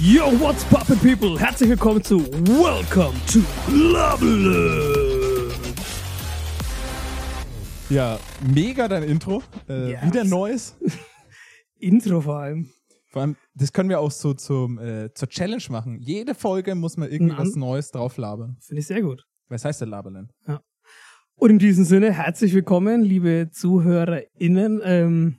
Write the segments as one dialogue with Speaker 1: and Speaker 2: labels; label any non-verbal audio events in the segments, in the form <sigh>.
Speaker 1: Yo, what's poppin' people? Herzlich willkommen zu Welcome to Lovely.
Speaker 2: Ja, mega dein Intro. Äh,
Speaker 1: Yes.
Speaker 2: Wieder neues.
Speaker 1: Intro vor allem.
Speaker 2: Vor allem, das können wir auch so zum, äh, zur Challenge machen. Jede Folge muss man irgendwie
Speaker 1: Mhm.
Speaker 2: was Neues drauf labern.
Speaker 1: Finde ich sehr gut.
Speaker 2: Was heißt der Laberland?
Speaker 1: Und in diesem Sinne, herzlich willkommen, liebe ZuhörerInnen. Ähm,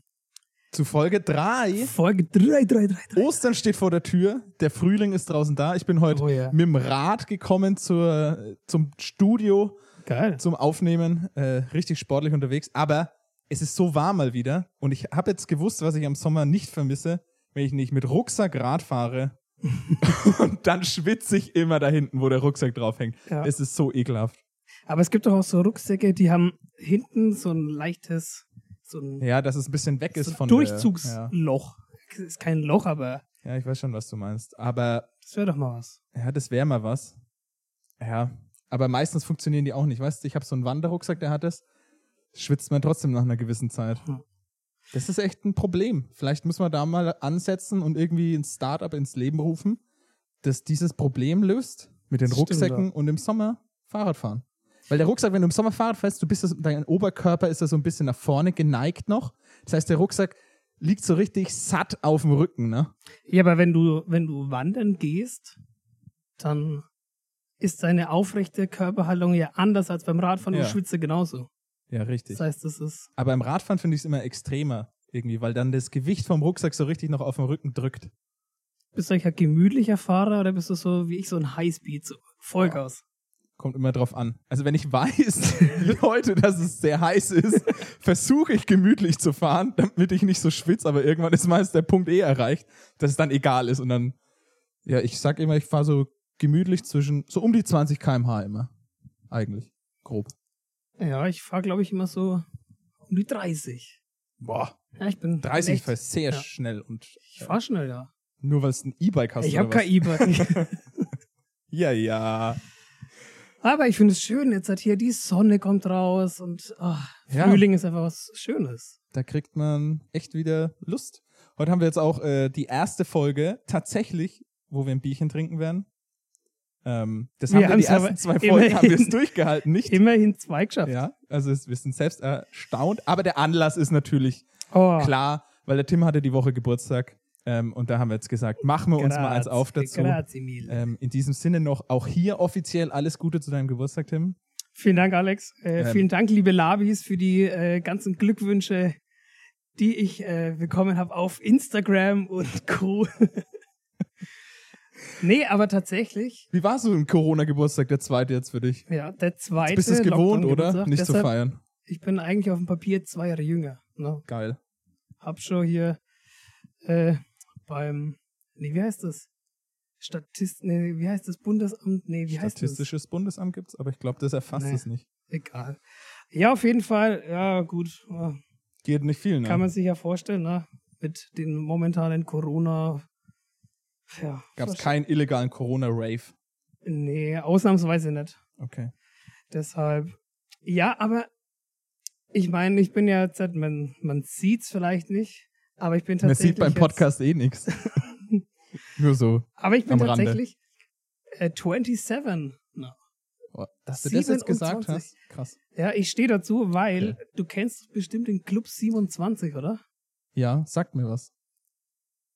Speaker 2: Zu Folge 3.
Speaker 1: Folge 3, 3, 3, 3.
Speaker 2: Ostern steht vor der Tür. Der Frühling ist draußen da. Ich bin heute
Speaker 1: Oh ja.
Speaker 2: mit dem Rad gekommen zur, zum Studio,
Speaker 1: Geil.
Speaker 2: zum Aufnehmen. Äh, richtig sportlich unterwegs. Aber es ist so warm mal wieder. Und ich habe jetzt gewusst, was ich am Sommer nicht vermisse, wenn ich nicht mit Rucksack Rad fahre. <laughs> und dann schwitze ich immer da hinten, wo der Rucksack draufhängt.
Speaker 1: Ja.
Speaker 2: Es ist so ekelhaft.
Speaker 1: Aber es gibt doch auch so Rucksäcke, die haben hinten so ein leichtes, so ein,
Speaker 2: Ja, dass es ein bisschen weg ist
Speaker 1: so ein
Speaker 2: von Der,
Speaker 1: Durchzugsloch. Ist kein Loch, aber
Speaker 2: ja. ja, ich weiß schon, was du meinst. Aber
Speaker 1: das wäre doch mal was.
Speaker 2: ja, das wäre mal was. Ja, aber meistens funktionieren die auch nicht. Weißt du, ich habe so einen Wanderrucksack, der hat es. Schwitzt man trotzdem nach einer gewissen Zeit.
Speaker 1: Hm.
Speaker 2: Das ist echt ein Problem. Vielleicht muss man da mal ansetzen und irgendwie ein Startup ins Leben rufen, das dieses Problem löst mit den
Speaker 1: Das stimmt,
Speaker 2: Rucksäcken und im Sommer Fahrradfahren. Weil der Rucksack, wenn du im Sommer Fahrrad fährst, du bist das, dein Oberkörper ist da so ein bisschen nach vorne geneigt noch. Das heißt, der Rucksack liegt so richtig satt auf dem Rücken, ne?
Speaker 1: Ja, aber wenn du, wenn du wandern gehst, dann ist deine aufrechte Körperhaltung ja anders als beim Radfahren und
Speaker 2: Ja.
Speaker 1: Schwitze genauso.
Speaker 2: Ja, richtig.
Speaker 1: Das heißt, das ist.
Speaker 2: Aber im Radfahren finde ich es immer extremer irgendwie, weil dann das Gewicht vom Rucksack so richtig noch auf den Rücken drückt.
Speaker 1: Bist du eigentlich ein gemütlicher Fahrer oder bist du so wie ich so ein Highspeed, so Vollgas?
Speaker 2: Kommt immer drauf an. Also wenn ich weiß, <laughs> Leute, dass es sehr heiß ist, versuche ich gemütlich zu fahren, damit ich nicht so schwitze, aber irgendwann ist meist der Punkt eh erreicht, dass es dann egal ist und dann, ja, ich sag immer, ich fahre so gemütlich zwischen, so um die 20 kmh immer. Eigentlich. Grob.
Speaker 1: Ja, ich fahre, glaube ich, immer so um die 30.
Speaker 2: Boah,
Speaker 1: Ja, ich bin.
Speaker 2: 30
Speaker 1: echt-
Speaker 2: fährst sehr
Speaker 1: Ja.
Speaker 2: schnell und äh,
Speaker 1: Ich fahre schnell, ja.
Speaker 2: nur weil es ein E-Bike hast
Speaker 1: ich
Speaker 2: oder
Speaker 1: habe
Speaker 2: was?
Speaker 1: kein E-
Speaker 2: <laughs>
Speaker 1: E-Bike.
Speaker 2: Ja, ja.
Speaker 1: aber ich finde es schön, jetzt hat hier die Sonne kommt raus und ah,
Speaker 2: Ja.
Speaker 1: Frühling ist einfach was Schönes.
Speaker 2: Da kriegt man echt wieder Lust. Heute haben wir jetzt auch äh, die erste Folge tatsächlich, wo wir ein Bierchen trinken werden. Ähm, das
Speaker 1: Wir
Speaker 2: haben wir
Speaker 1: haben's
Speaker 2: die
Speaker 1: aber
Speaker 2: ersten zwei Folgen haben wir
Speaker 1: immerhin-
Speaker 2: es durchgehalten, nicht?
Speaker 1: Immerhin zwei geschafft.
Speaker 2: Ja, also es, wir sind selbst erstaunt. Aber der Anlass ist natürlich
Speaker 1: Oh,
Speaker 2: klar, weil der Tim hatte die Woche Geburtstag ähm, und da haben wir jetzt gesagt, machen wir uns mal eins auf dazu.
Speaker 1: Grazie mille.
Speaker 2: Ähm, in diesem Sinne noch auch hier offiziell alles Gute zu deinem Geburtstag, Tim.
Speaker 1: Vielen Dank, Alex. Äh,
Speaker 2: Ähm.
Speaker 1: vielen Dank, liebe Labis, für die äh, ganzen Glückwünsche, die ich äh, bekommen habe auf Instagram und <laughs> Co. nee, aber tatsächlich,
Speaker 2: Wie war so ein Corona-Geburtstag, der zweite jetzt für dich?
Speaker 1: ja, der zweite.
Speaker 2: Du bist es gewohnt, oder?
Speaker 1: Lockdown-Geburtstag,
Speaker 2: Nicht zu
Speaker 1: deshalb,
Speaker 2: feiern.
Speaker 1: Ich bin eigentlich auf dem Papier zwei Jahre jünger. Ne?
Speaker 2: Geil.
Speaker 1: Hab schon hier äh, beim, nee, wie heißt das? Statist, nee, wie heißt das? Bundesamt, nee, wie heißt das?
Speaker 2: Statistisches Bundesamt gibt's, aber ich glaube, das erfasst
Speaker 1: Nee.
Speaker 2: es nicht.
Speaker 1: Egal. Ja, auf jeden Fall, ja, gut. Ja.
Speaker 2: Geht nicht viel, ne?
Speaker 1: Kann man sich ja vorstellen, ne? Mit den momentanen Corona. Ja.
Speaker 2: Gab's
Speaker 1: verste-
Speaker 2: keinen illegalen Corona-Rave.
Speaker 1: Nee, ausnahmsweise nicht.
Speaker 2: Okay.
Speaker 1: Deshalb. Ja, aber ich meine, ich bin ja jetzt, man, man sieht's vielleicht nicht, aber ich bin
Speaker 2: Man
Speaker 1: tatsächlich.
Speaker 2: sieht beim Podcast eh nichts.
Speaker 1: <laughs>
Speaker 2: Nur so.
Speaker 1: Jetzt, aber ich bin
Speaker 2: am Rande.
Speaker 1: tatsächlich äh, 27. No.
Speaker 2: Oh, Dass du das jetzt gesagt
Speaker 1: 27.
Speaker 2: hast, krass.
Speaker 1: Ja, ich stehe dazu, weil
Speaker 2: Okay.
Speaker 1: du kennst bestimmt den Club 27, oder?
Speaker 2: Ja, sagt mir was.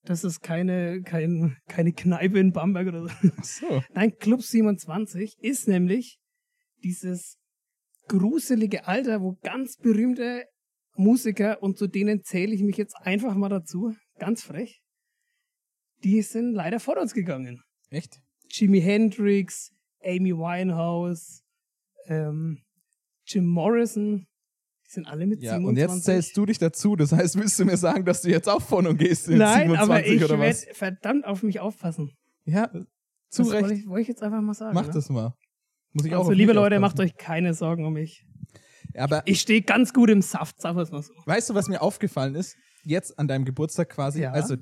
Speaker 1: Das ist keine, kein, keine Kneipe in Bamberg oder so.
Speaker 2: So.
Speaker 1: Nein, Club 27 ist nämlich dieses gruselige Alter, wo ganz berühmte Musiker, und zu denen zähle ich mich jetzt einfach mal dazu, ganz frech, die sind leider vor uns gegangen.
Speaker 2: Echt?
Speaker 1: Jimi Hendrix, Amy Winehouse, ähm, Jim Morrison, die sind alle mit
Speaker 2: Ja,
Speaker 1: 27.
Speaker 2: und jetzt zählst du dich dazu. Das heißt, willst du mir sagen, dass du jetzt auch von und gehst in
Speaker 1: Nein,
Speaker 2: 27
Speaker 1: aber ich
Speaker 2: oder was?
Speaker 1: werd verdammt auf mich aufpassen.
Speaker 2: Ja, zu
Speaker 1: das wollte
Speaker 2: Recht.
Speaker 1: ich, wollte ich jetzt einfach mal sagen.
Speaker 2: Mach
Speaker 1: ne?
Speaker 2: das mal. Muss ich auch
Speaker 1: Also,
Speaker 2: auf
Speaker 1: liebe
Speaker 2: mich
Speaker 1: Leute,
Speaker 2: aufpassen.
Speaker 1: macht euch keine Sorgen um mich.
Speaker 2: Aber
Speaker 1: Ich stehe ganz gut im Saft, sagen wir es mal so.
Speaker 2: Weißt du, was mir aufgefallen ist? Jetzt an deinem Geburtstag quasi.
Speaker 1: Ja.
Speaker 2: Also,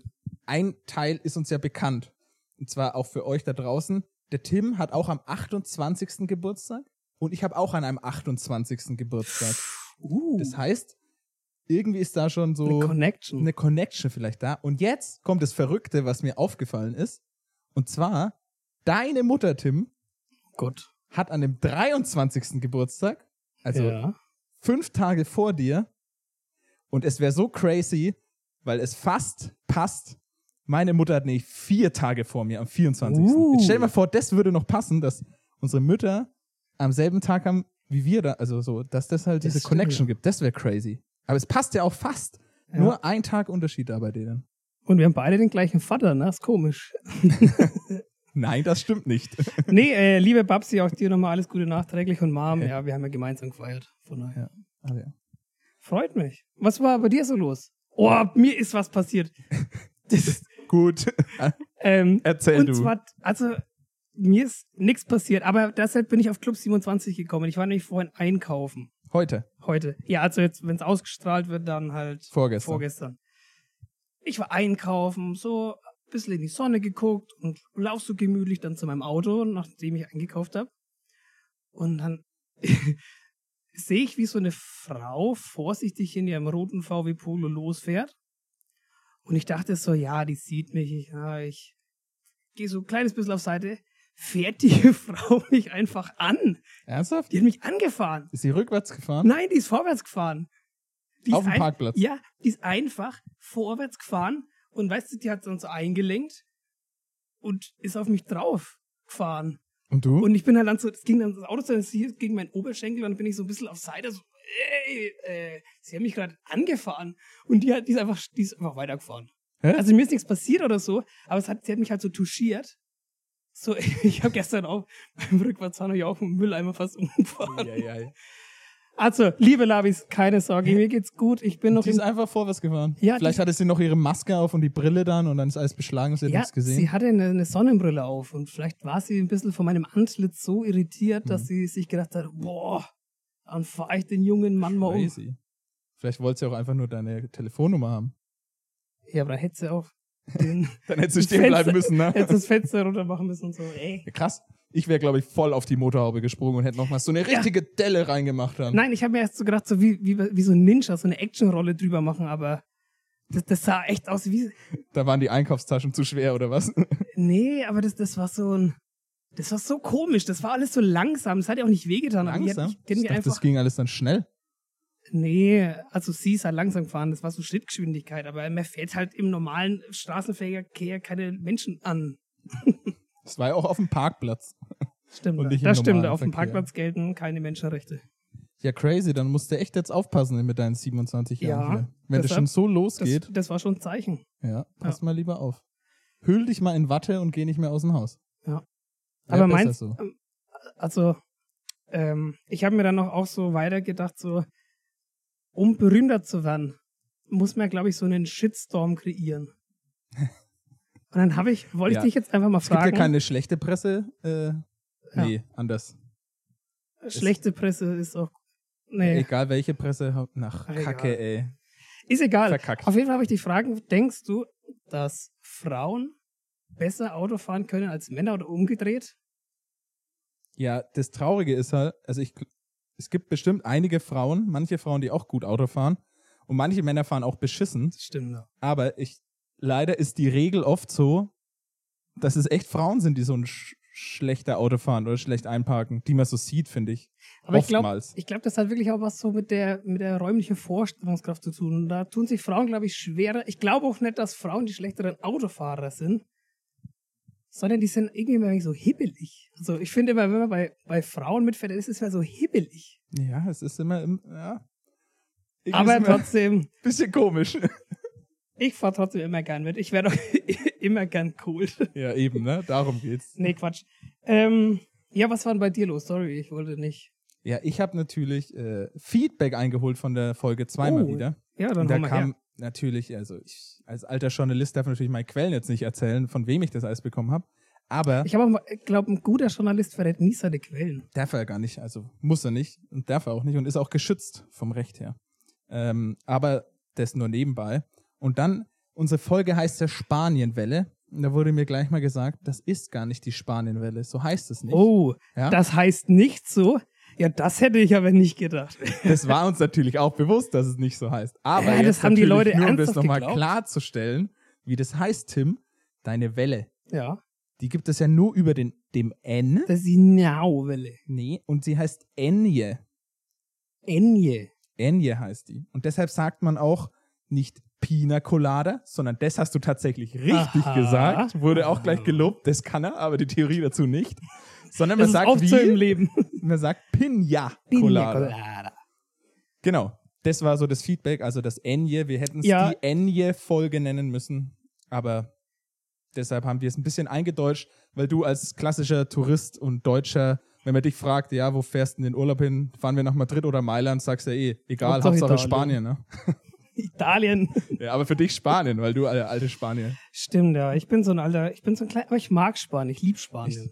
Speaker 2: ein Teil ist uns ja bekannt. Und zwar auch für euch da draußen. Der Tim hat auch am 28. Geburtstag und ich habe auch an einem 28. Geburtstag.
Speaker 1: Uh, also
Speaker 2: Das heißt, irgendwie ist da schon so
Speaker 1: eine Connection.
Speaker 2: eine Connection vielleicht da. Und jetzt kommt das Verrückte, was mir aufgefallen ist. Und zwar, deine Mutter, Tim,
Speaker 1: Gott.
Speaker 2: hat an dem 23. Geburtstag, also
Speaker 1: ja.
Speaker 2: fünf Tage vor dir. Und es wäre so crazy, weil es fast passt. Meine Mutter hat nämlich vier Tage vor mir, am 24.
Speaker 1: Uh.
Speaker 2: Jetzt stell dir mal vor, das würde noch passen, dass unsere Mütter am selben Tag haben wie wir da, also so, dass das halt
Speaker 1: Das
Speaker 2: diese
Speaker 1: stimmt,
Speaker 2: Connection gibt. Das wäre crazy. Aber es passt ja auch fast.
Speaker 1: Ja.
Speaker 2: Nur ein Tag Unterschied da bei denen.
Speaker 1: Und wir haben beide den gleichen Vater, ne? Ist <laughs> komisch.
Speaker 2: Nein, das stimmt <laughs> nicht.
Speaker 1: nee, äh, liebe Babsi, auch dir nochmal alles Gute nachträglich und Mom. Ja, wir haben ja gemeinsam gefeiert. Von daher.
Speaker 2: Ja. Aber Ah, ja.
Speaker 1: Freut mich. Was war bei dir so los? Oh, mir ist was passiert. Das ist,
Speaker 2: Gut,
Speaker 1: ähm,
Speaker 2: erzähl
Speaker 1: und
Speaker 2: du.
Speaker 1: zwar, also, mir ist nichts passiert, aber deshalb bin ich auf Club 27 gekommen. Ich war nämlich vorhin einkaufen.
Speaker 2: Heute.
Speaker 1: Heute. Ja, also jetzt, wenn es ausgestrahlt wird, dann halt
Speaker 2: Vorgestern.
Speaker 1: vorgestern. Ich war einkaufen, so ein bisschen in die Sonne geguckt und lauf so gemütlich dann zu meinem Auto, nachdem ich eingekauft habe. Und dann <laughs> sehe ich, wie so eine Frau vorsichtig in ihrem roten VW Polo losfährt. Und ich dachte so, ja, die sieht mich, ich, ja, ich gehe so ein kleines bisschen auf Seite. Fährt die <laughs> Frau mich einfach an?
Speaker 2: Ernsthaft?
Speaker 1: Die hat mich angefahren.
Speaker 2: Ist sie rückwärts gefahren?
Speaker 1: Nein, die ist vorwärts gefahren. Die
Speaker 2: Auf
Speaker 1: ist
Speaker 2: dem
Speaker 1: ein-
Speaker 2: Parkplatz.
Speaker 1: Ja, die ist einfach vorwärts gefahren und weißt du, die hat uns eingelenkt und ist auf mich drauf gefahren.
Speaker 2: Und du?
Speaker 1: Und ich bin halt dann so, das ging dann das Auto so, das ist hier gegen meinen Oberschenkel und dann bin ich so ein bisschen auf Seite so, ey, äh, sie haben mich gerade angefahren und die hat, die ist einfach, die ist einfach weitergefahren.
Speaker 2: Hä?
Speaker 1: Also mir ist nichts passiert oder so, aber es hat, sie hat mich halt so touchiert. So, <laughs> ich habe gestern auch beim Rückwärtsfahren hab ich auch einen Mülleimer fast umgefahren.
Speaker 2: ja, ja, ja.
Speaker 1: Also, liebe Labis, keine Sorge, mir geht's gut. Ich bin noch
Speaker 2: Die ist
Speaker 1: in,
Speaker 2: einfach vorwärts gefahren.
Speaker 1: Ja,
Speaker 2: Vielleicht hatte sie noch ihre Maske auf und die Brille dann und dann ist alles beschlagen und sie hat
Speaker 1: ja,
Speaker 2: nichts gesehen.
Speaker 1: sie hatte eine, eine Sonnenbrille auf und vielleicht war sie ein bisschen von meinem Antlitz so irritiert,
Speaker 2: Mhm.
Speaker 1: dass sie sich gedacht hat, boah, dann fahr ich den jungen Mann mal um.
Speaker 2: Crazy. Vielleicht wollte sie auch einfach nur deine Telefonnummer haben.
Speaker 1: Ja, aber dann hätte sie auch den, <laughs>
Speaker 2: Dann hätte sie
Speaker 1: Die
Speaker 2: stehen
Speaker 1: Fenster-
Speaker 2: bleiben müssen,
Speaker 1: <laughs>
Speaker 2: ne?
Speaker 1: hätte das Fenster runter machen müssen und so, ey.
Speaker 2: Ja, krass. Ich wäre, glaube ich, voll auf die Motorhaube gesprungen und hätte nochmal so eine richtige Delle reingemacht dann.
Speaker 1: Nein, ich habe mir erst so gedacht, so wie, wie, wie so ein Ninja, so eine Actionrolle drüber machen, aber das, das sah echt aus wie,
Speaker 2: Da waren die Einkaufstaschen zu schwer oder was?
Speaker 1: nee, aber das, das war so ein, das war so komisch, das war alles so langsam, das hat ja auch nicht wehgetan, aber die hat
Speaker 2: Langsam.
Speaker 1: mich- die hat
Speaker 2: Ich
Speaker 1: mich
Speaker 2: dachte,
Speaker 1: einfach
Speaker 2: das ging alles dann schnell.
Speaker 1: Nee, also sie ist halt langsam gefahren, das war so Schrittgeschwindigkeit, aber man fährt halt im normalen Straßenverkehr keine Menschen an.
Speaker 2: Das war ja auch auf dem Parkplatz.
Speaker 1: Stimmt.
Speaker 2: Und nicht im
Speaker 1: das stimmt,
Speaker 2: normalen
Speaker 1: auf dem
Speaker 2: Verkehr.
Speaker 1: Parkplatz gelten keine Menschenrechte.
Speaker 2: Ja, crazy. Dann musst du echt jetzt aufpassen mit deinen 27 Jahren.
Speaker 1: Ja,
Speaker 2: hier. Wenn das
Speaker 1: deshalb-
Speaker 2: schon so
Speaker 1: Das,
Speaker 2: losgeht,
Speaker 1: das war schon ein Zeichen.
Speaker 2: ja, pass mal lieber auf. Hüll dich mal in Watte und geh nicht mehr aus dem Haus.
Speaker 1: Ja.
Speaker 2: Wär
Speaker 1: Aber
Speaker 2: besser
Speaker 1: meinst-
Speaker 2: so.
Speaker 1: Also, ähm, ich habe mir dann noch auch so weitergedacht, so, um berühmter zu werden, muss man, glaube ich, so einen Shitstorm kreieren. Und dann habe ich, wollte
Speaker 2: Ja.
Speaker 1: ich dich jetzt einfach mal
Speaker 2: Es gibt
Speaker 1: fragen,
Speaker 2: ja keine schlechte Presse. Äh, nee, anders.
Speaker 1: schlechte Presse ist auch, nee,
Speaker 2: Egal welche Presse. hau- Nach
Speaker 1: Egal.
Speaker 2: Kacke, ey.
Speaker 1: ist egal.
Speaker 2: Verkackt.
Speaker 1: Auf jeden Fall habe ich dich fragen, denkst du, dass Frauen besser Auto fahren können als Männer oder umgedreht?
Speaker 2: Ja, das Traurige ist halt, also ich, gl- es gibt bestimmt einige Frauen, manche Frauen, die auch gut Auto fahren und manche Männer fahren auch beschissen.
Speaker 1: Stimmt. Ja.
Speaker 2: Aber ich, leider ist die Regel oft so, dass es echt Frauen sind, die so ein sch schlechter Auto fahren oder schlecht einparken, die man so sieht, finde ich.
Speaker 1: Aber ich glaube,
Speaker 2: Oftmals.
Speaker 1: ich glaub, das hat wirklich auch was so mit der, mit der räumlichen Vorstellungskraft zu tun. Und da tun sich Frauen, glaube ich, schwerer. Ich glaube auch nicht, dass Frauen die schlechteren Autofahrer sind, sondern die sind irgendwie immer so hibbelig. Also ich finde immer, wenn man bei, bei Frauen mitfährt, dann ist es immer so hibbelig.
Speaker 2: Ja, es ist immer, im, ja. Irgendwie ist
Speaker 1: Aber
Speaker 2: immer
Speaker 1: trotzdem,
Speaker 2: ein <laughs> bisschen komisch.
Speaker 1: ich fahre trotzdem immer gern mit. Ich werde auch <laughs> immer gern geholt.
Speaker 2: ja, eben, ne? Darum geht's.
Speaker 1: Nee, Quatsch. Ähm, ja, was war denn bei dir los? Sorry, ich wollte nicht.
Speaker 2: Ja, ich habe natürlich äh, Feedback eingeholt von der Folge zweimal
Speaker 1: Oh.
Speaker 2: wieder.
Speaker 1: Ja, dann
Speaker 2: da
Speaker 1: haben wir
Speaker 2: kam
Speaker 1: her.
Speaker 2: natürlich, also ich als alter Journalist darf natürlich meine Quellen jetzt nicht erzählen, von wem ich das alles bekommen habe. Aber
Speaker 1: Ich habe auch mal, ich glaube, ein guter Journalist verrät nie seine Quellen.
Speaker 2: darf er gar nicht, also muss er nicht und darf er auch nicht und ist auch geschützt vom Recht her. Ähm, aber das nur nebenbei. Und dann, unsere Folge heißt ja Spanienwelle. Und da wurde mir gleich mal gesagt, das ist gar nicht die Spanienwelle, so heißt es nicht.
Speaker 1: Oh,
Speaker 2: Ja.
Speaker 1: das heißt nicht so. Ja, das hätte ich aber nicht gedacht.
Speaker 2: <laughs> Das war uns natürlich auch bewusst, dass es nicht so heißt. Aber
Speaker 1: Ja, das
Speaker 2: jetzt
Speaker 1: haben die
Speaker 2: natürlich
Speaker 1: Leute
Speaker 2: nur, um das
Speaker 1: ernsthaft
Speaker 2: nochmal
Speaker 1: geglaubt.
Speaker 2: klarzustellen, wie das heißt, Tim, deine Welle.
Speaker 1: ja.
Speaker 2: Die gibt es ja nur über den, dem N.
Speaker 1: Das ist die Nauwelle.
Speaker 2: Nee, und sie heißt Enje.
Speaker 1: Enje.
Speaker 2: Enje heißt die. Und deshalb sagt man auch nicht Pina Colada, sondern das hast du tatsächlich richtig
Speaker 1: Aha.
Speaker 2: gesagt. Wurde auch gleich gelobt, das kann er, aber die Theorie dazu nicht. Sondern man
Speaker 1: Das ist
Speaker 2: sagt,
Speaker 1: auch so im
Speaker 2: wie,
Speaker 1: Leben.
Speaker 2: man sagt Pina
Speaker 1: Pina
Speaker 2: <laughs> Colada.
Speaker 1: Colada.
Speaker 2: Genau. Das war so das Feedback, also das Enje. Wir hätten es
Speaker 1: Ja.
Speaker 2: die Enje-Folge nennen müssen, aber deshalb haben wir es ein bisschen eingedeutscht, weil du als klassischer Tourist und Deutscher, wenn man dich fragt, ja, wo fährst du in den Urlaub hin? Fahren wir nach Madrid oder Mailand? Sagst ja eh, egal,
Speaker 1: Hauptsache
Speaker 2: Hauptsache
Speaker 1: Italien.
Speaker 2: Spanien, ne?
Speaker 1: Italien. <laughs>
Speaker 2: Ja, aber für dich Spanien, weil du äh, alte Spanier.
Speaker 1: Stimmt, ja. Ich bin so ein alter, ich bin so ein kleiner, aber ich mag Spanien. Ich liebe Spanien.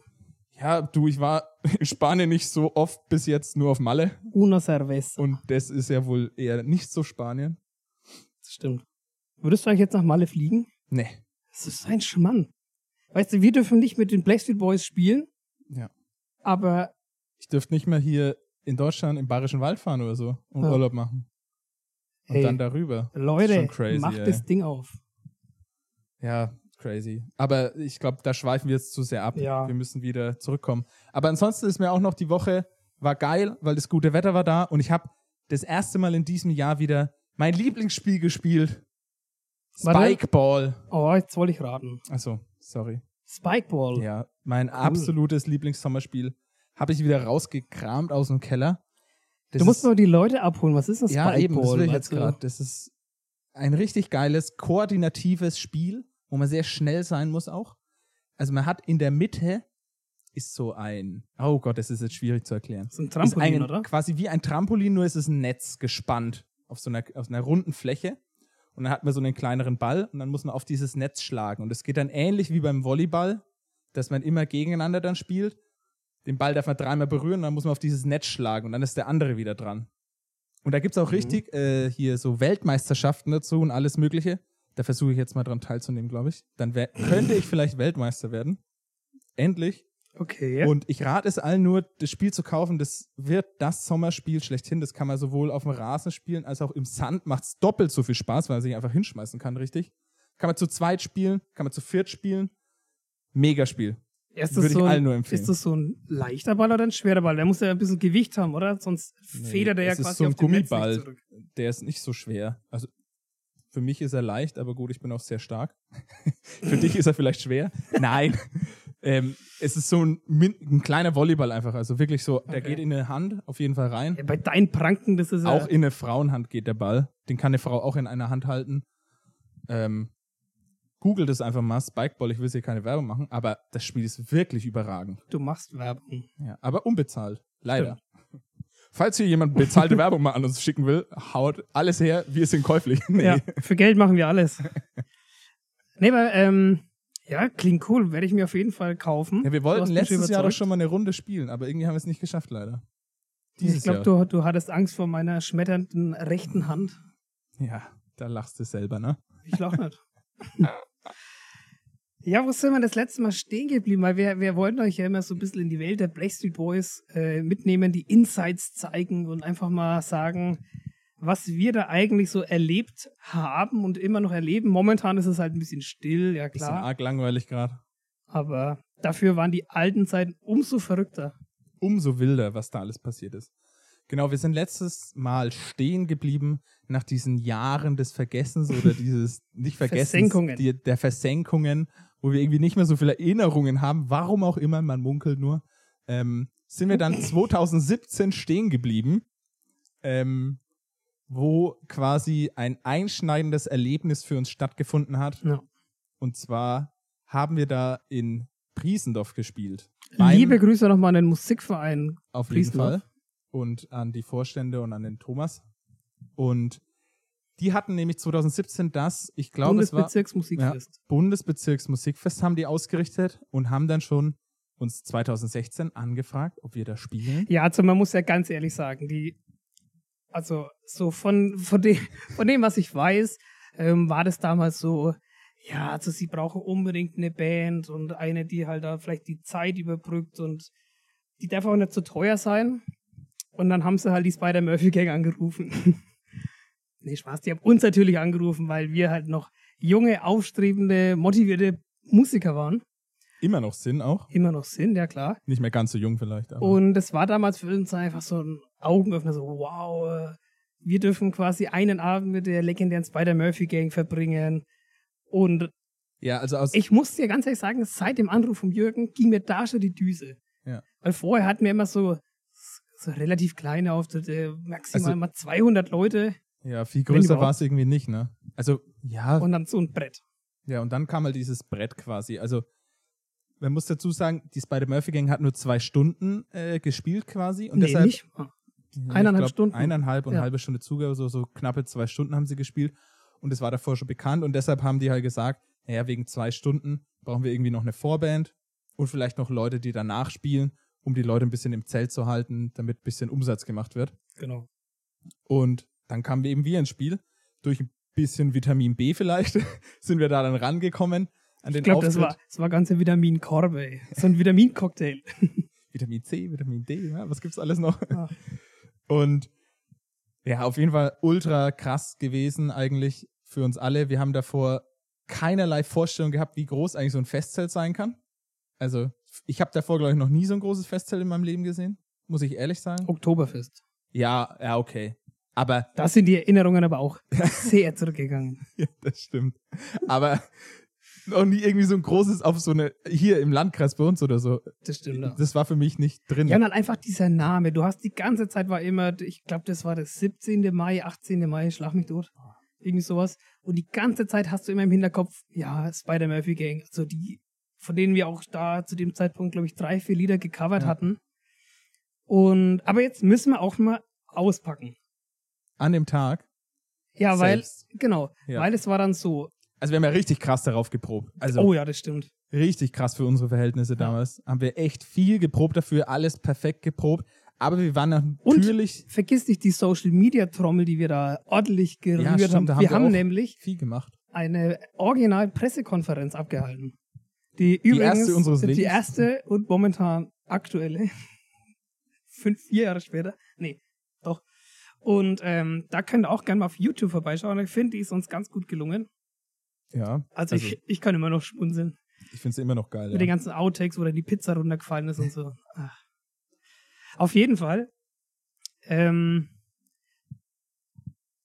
Speaker 2: Ja, du, ich war <laughs> in Spanien nicht so oft bis jetzt nur auf Malle
Speaker 1: Una cerveza.
Speaker 2: und das ist ja wohl eher nicht so Spanien.
Speaker 1: Stimmt. Würdest du eigentlich jetzt nach Malle fliegen?
Speaker 2: Nee.
Speaker 1: Das ist ein Schmann. Weißt du, wir dürfen nicht mit den Blackstreet Boys spielen.
Speaker 2: Ja.
Speaker 1: Aber
Speaker 2: Ich dürfte nicht mehr hier in Deutschland im Bayerischen Wald fahren oder so und
Speaker 1: Ja.
Speaker 2: Urlaub machen. Und
Speaker 1: Hey.
Speaker 2: dann darüber.
Speaker 1: Leute,
Speaker 2: Schon crazy,
Speaker 1: macht
Speaker 2: ey.
Speaker 1: das Ding auf.
Speaker 2: Ja, crazy. Aber ich glaube, da schweifen wir jetzt zu sehr ab.
Speaker 1: Ja.
Speaker 2: Wir müssen wieder zurückkommen. Aber ansonsten ist mir auch noch die Woche war geil, weil das gute Wetter war da und ich habe das erste Mal in diesem Jahr wieder mein Lieblingsspiel gespielt.
Speaker 1: Warte.
Speaker 2: Spikeball.
Speaker 1: Oh, jetzt wollte ich raten.
Speaker 2: Achso, sorry.
Speaker 1: Spikeball.
Speaker 2: Ja, mein absolutes Lieblingssommerspiel habe ich wieder rausgekramt aus dem Keller. Das
Speaker 1: du musst
Speaker 2: ist-
Speaker 1: nur die Leute abholen. Was ist das
Speaker 2: ja, eben, das
Speaker 1: Spikeball?
Speaker 2: will ich jetzt
Speaker 1: Weißt du?
Speaker 2: gerade. Das ist ein richtig geiles, koordinatives Spiel, wo man sehr schnell sein muss auch. Also man hat in der Mitte ist so ein, oh Gott, das ist jetzt schwierig zu erklären.
Speaker 1: Das ist ein
Speaker 2: Ist
Speaker 1: Trampolin,
Speaker 2: ein,
Speaker 1: oder?
Speaker 2: Quasi wie ein Trampolin, nur ist es ein Netz gespannt auf so einer, auf einer runden Fläche. Und dann hat man so einen kleineren Ball und dann muss man auf dieses Netz schlagen. Und es geht dann ähnlich wie beim Volleyball, dass man immer gegeneinander dann spielt. Den Ball darf man dreimal berühren, dann muss man auf dieses Netz schlagen und dann ist der andere wieder dran. Und da gibt's
Speaker 1: Mhm.
Speaker 2: auch richtig äh, hier so Weltmeisterschaften dazu und alles Mögliche. Da versuche ich jetzt mal dran teilzunehmen, glaube ich. Dann wär- könnte ich vielleicht Weltmeister werden. Endlich.
Speaker 1: Okay.
Speaker 2: Und ich rate es allen nur, das Spiel zu kaufen. Das wird das Sommerspiel schlechthin. Das kann man sowohl auf dem Rasen spielen als auch im Sand. Macht es doppelt so viel Spaß, weil man sich einfach hinschmeißen kann, richtig? Kann man zu zweit spielen, kann man zu viert spielen. Megaspiel.
Speaker 1: ist
Speaker 2: würde
Speaker 1: das
Speaker 2: ich
Speaker 1: so ein,
Speaker 2: allen nur empfehlen.
Speaker 1: Ist das so ein leichter Ball oder ein schwerer Ball? Der muss ja ein bisschen Gewicht haben, oder? Sonst federt er ja
Speaker 2: es ist
Speaker 1: quasi
Speaker 2: so ein
Speaker 1: auf dem Netz
Speaker 2: Gummiball.
Speaker 1: nicht zurück.
Speaker 2: Der ist nicht so schwer. Also für mich ist er leicht, aber gut, ich bin auch sehr stark. <laughs> für dich ist er vielleicht schwer. Nein. ähm, es ist so ein, min- ein kleiner Volleyball einfach. Also wirklich so, der
Speaker 1: Okay.
Speaker 2: geht in eine Hand auf jeden Fall rein.
Speaker 1: Ja, bei deinen Pranken, das ist
Speaker 2: Auch
Speaker 1: ja,
Speaker 2: in eine Frauenhand geht der Ball. Den kann eine Frau auch in einer Hand halten. Ähm, googelt es einfach mal, Spikeball, ich will jetzt hier keine Werbung machen, aber das Spiel ist wirklich überragend.
Speaker 1: du machst Werbung.
Speaker 2: Ja, aber unbezahlt, leider. Falls hier jemand bezahlte Werbung mal an uns schicken will, haut alles her, wir sind käuflich. <laughs> Nee.
Speaker 1: Ja, für Geld machen wir
Speaker 2: <laughs>
Speaker 1: alles. nee, aber ähm, ja, klingt cool. Werde ich mir auf jeden Fall kaufen.
Speaker 2: Ja, wir
Speaker 1: Du hast
Speaker 2: wollten
Speaker 1: mich
Speaker 2: letztes Jahr doch
Speaker 1: überzeugt.
Speaker 2: schon mal eine Runde spielen, aber irgendwie haben wir es nicht geschafft, leider.
Speaker 1: Ich
Speaker 2: Dieses
Speaker 1: glaube,
Speaker 2: Jahr.
Speaker 1: du, du hattest Angst vor meiner schmetternden rechten Hand.
Speaker 2: Ja, da lachst du selber, ne?
Speaker 1: Ich lach
Speaker 2: <laughs>
Speaker 1: nicht. ja, wo sind wir das letzte Mal stehen geblieben? Weil wir, wir wollten euch ja immer so ein bisschen in die Welt der Blackstreet Boys äh, mitnehmen, die Insights zeigen und einfach mal sagen, was wir da eigentlich so erlebt haben und immer noch erleben. Momentan ist es halt ein bisschen still, ja
Speaker 2: Bisschen
Speaker 1: klar.
Speaker 2: arg langweilig gerade.
Speaker 1: Aber dafür waren die alten Zeiten umso verrückter.
Speaker 2: umso wilder, was da alles passiert ist. Genau, wir sind letztes Mal stehen geblieben nach diesen Jahren des Vergessens
Speaker 1: <laughs>
Speaker 2: oder dieses nicht Vergessens,
Speaker 1: Versenkungen.
Speaker 2: Die, der Versenkungen, wo wir irgendwie nicht mehr so viele Erinnerungen haben, warum auch immer, man munkelt nur, ähm, sind
Speaker 1: <laughs>
Speaker 2: wir dann 2017 stehen geblieben, ähm, wo quasi ein einschneidendes Erlebnis für uns stattgefunden hat.
Speaker 1: Ja.
Speaker 2: Und zwar haben wir da in Priesendorf gespielt. Beim-
Speaker 1: Liebe Grüße nochmal an den Musikverein.
Speaker 2: auf jeden
Speaker 1: Priestner.
Speaker 2: Fall. Und an die Vorstände und an den Thomas. Und die hatten nämlich 2017 das, ich glaube, es war
Speaker 1: Bundesbezirksmusikfest.
Speaker 2: Bundesbezirksmusikfest, haben die ausgerichtet und haben dann schon uns 2016 angefragt, ob wir da spielen.
Speaker 1: Ja, also man muss ja ganz ehrlich sagen, die, also so von, von, dem, von dem, was ich weiß, ähm, war das damals so, ja, also sie brauchen unbedingt eine Band und eine, die halt da vielleicht die Zeit überbrückt und die darf auch nicht zu teuer sein. Und dann haben sie halt die Spider-Murphy-Gang angerufen. <laughs> nee, Spaß, die haben uns natürlich angerufen, weil wir halt noch junge, aufstrebende, motivierte Musiker waren.
Speaker 2: Immer noch Sinn auch.
Speaker 1: Immer noch Sinn, ja klar.
Speaker 2: Nicht mehr ganz so jung vielleicht. Aber
Speaker 1: Und das war damals für uns einfach so ein Augenöffner, so wow, äh, wir dürfen quasi einen Abend mit der legendären Spider-Murphy-Gang verbringen. Und
Speaker 2: ja, also aus.
Speaker 1: ich muss dir ganz ehrlich sagen, seit dem Anruf von Jürgen ging mir da schon die Düse.
Speaker 2: Ja.
Speaker 1: Weil vorher hatten wir immer so, so relativ kleine Auftritte, maximal
Speaker 2: Also-
Speaker 1: mal 200 Leute
Speaker 2: ja, viel
Speaker 1: Wenn
Speaker 2: größer
Speaker 1: überhaupt.
Speaker 2: war es irgendwie nicht, ne? Also, ja.
Speaker 1: und dann so ein Brett.
Speaker 2: ja, und dann kam halt dieses Brett quasi. Also, man muss dazu sagen, die Spider-Murphy-Gang hat nur zwei Stunden äh, gespielt quasi. Und
Speaker 1: nee,
Speaker 2: deshalb
Speaker 1: nicht mal.
Speaker 2: Ja,
Speaker 1: Eineinhalb
Speaker 2: ich glaub,
Speaker 1: Stunden.
Speaker 2: Eineinhalb und
Speaker 1: Ja.
Speaker 2: eine halbe Stunde Zugabe, so, so knappe zwei Stunden haben sie gespielt. Und es war davor schon bekannt. Und deshalb haben die halt gesagt, naja, wegen zwei Stunden brauchen wir irgendwie noch eine Vorband und vielleicht noch Leute, die danach spielen, um die Leute ein bisschen im Zelt zu halten, damit ein bisschen Umsatz gemacht wird.
Speaker 1: Genau.
Speaker 2: Und dann kamen wir eben wir ins Spiel. Durch ein bisschen Vitamin B vielleicht <laughs> sind wir da dann rangekommen an den
Speaker 1: Ich glaube, das
Speaker 2: Auftritt.
Speaker 1: war, das war ganze Vitaminkorbe, ey. so ein Vitamincocktail.
Speaker 2: Vitamin C, Vitamin D, ja, was gibt's alles noch?
Speaker 1: Ah.
Speaker 2: <laughs> Und ja, auf jeden Fall ultra krass gewesen eigentlich für uns alle. Wir haben davor keinerlei Vorstellung gehabt, wie groß eigentlich so ein Festzelt sein kann. Also ich habe davor, glaube ich, noch nie so ein großes Festzelt in meinem Leben gesehen, muss ich ehrlich sagen.
Speaker 1: Oh. Oktoberfest.
Speaker 2: Ja, ja, okay. Aber
Speaker 1: <laughs> Da sind die Erinnerungen aber
Speaker 2: <laughs>
Speaker 1: auch sehr zurückgegangen.
Speaker 2: Ja, das stimmt. Aber noch nie irgendwie so ein großes auf so eine, hier im Landkreis bei uns oder so.
Speaker 1: Das stimmt. ja.
Speaker 2: Das war für mich nicht drin.
Speaker 1: Genau. Ja, und dann einfach dieser Name. Du hast die ganze Zeit war immer, ich glaube, das war das 17. Mai, 18. Mai, schlag mich tot.
Speaker 2: Ah.
Speaker 1: Irgendwie sowas. Und die ganze Zeit hast du immer im Hinterkopf, ja, Spider-Murphy-Gang. Also die, von denen wir auch da zu dem Zeitpunkt, glaube ich, drei, vier Lieder gecovert
Speaker 2: Ja.
Speaker 1: hatten. Und, aber jetzt müssen wir auch mal auspacken.
Speaker 2: An dem Tag.
Speaker 1: Ja, weil,
Speaker 2: Selbst.
Speaker 1: genau,
Speaker 2: Ja.
Speaker 1: weil es war dann so,
Speaker 2: Also wir haben ja richtig krass darauf geprobt. Also
Speaker 1: oh ja, das stimmt.
Speaker 2: richtig krass für unsere Verhältnisse damals. Haben wir echt viel geprobt dafür, alles perfekt geprobt. Aber wir waren
Speaker 1: Und-
Speaker 2: natürlich
Speaker 1: Vergiss nicht die Social-Media-Trommel, die wir da ordentlich gerührt
Speaker 2: stimmt,
Speaker 1: haben.
Speaker 2: da haben
Speaker 1: Wir
Speaker 2: wir
Speaker 1: haben
Speaker 2: auch-
Speaker 1: nämlich
Speaker 2: viel gemacht.
Speaker 1: eine original Pressekonferenz abgehalten. Die, übrigens
Speaker 2: erste unseres
Speaker 1: Die
Speaker 2: Lebens.
Speaker 1: erste und momentan aktuelle. <laughs> Fünf, vier Jahre später. Nee, doch. Und ähm, da könnt ihr auch gerne mal auf YouTube vorbeischauen. Ich finde, die ist uns ganz gut gelungen.
Speaker 2: Ja,
Speaker 1: Also,
Speaker 2: Also-
Speaker 1: ich, ich kann immer noch schmunzeln.
Speaker 2: ich finde es immer noch geil.
Speaker 1: Mit den
Speaker 2: Ja.
Speaker 1: ganzen Outtakes, wo dann die Pizza runtergefallen ist und so. Ach. Auf jeden Fall ähm,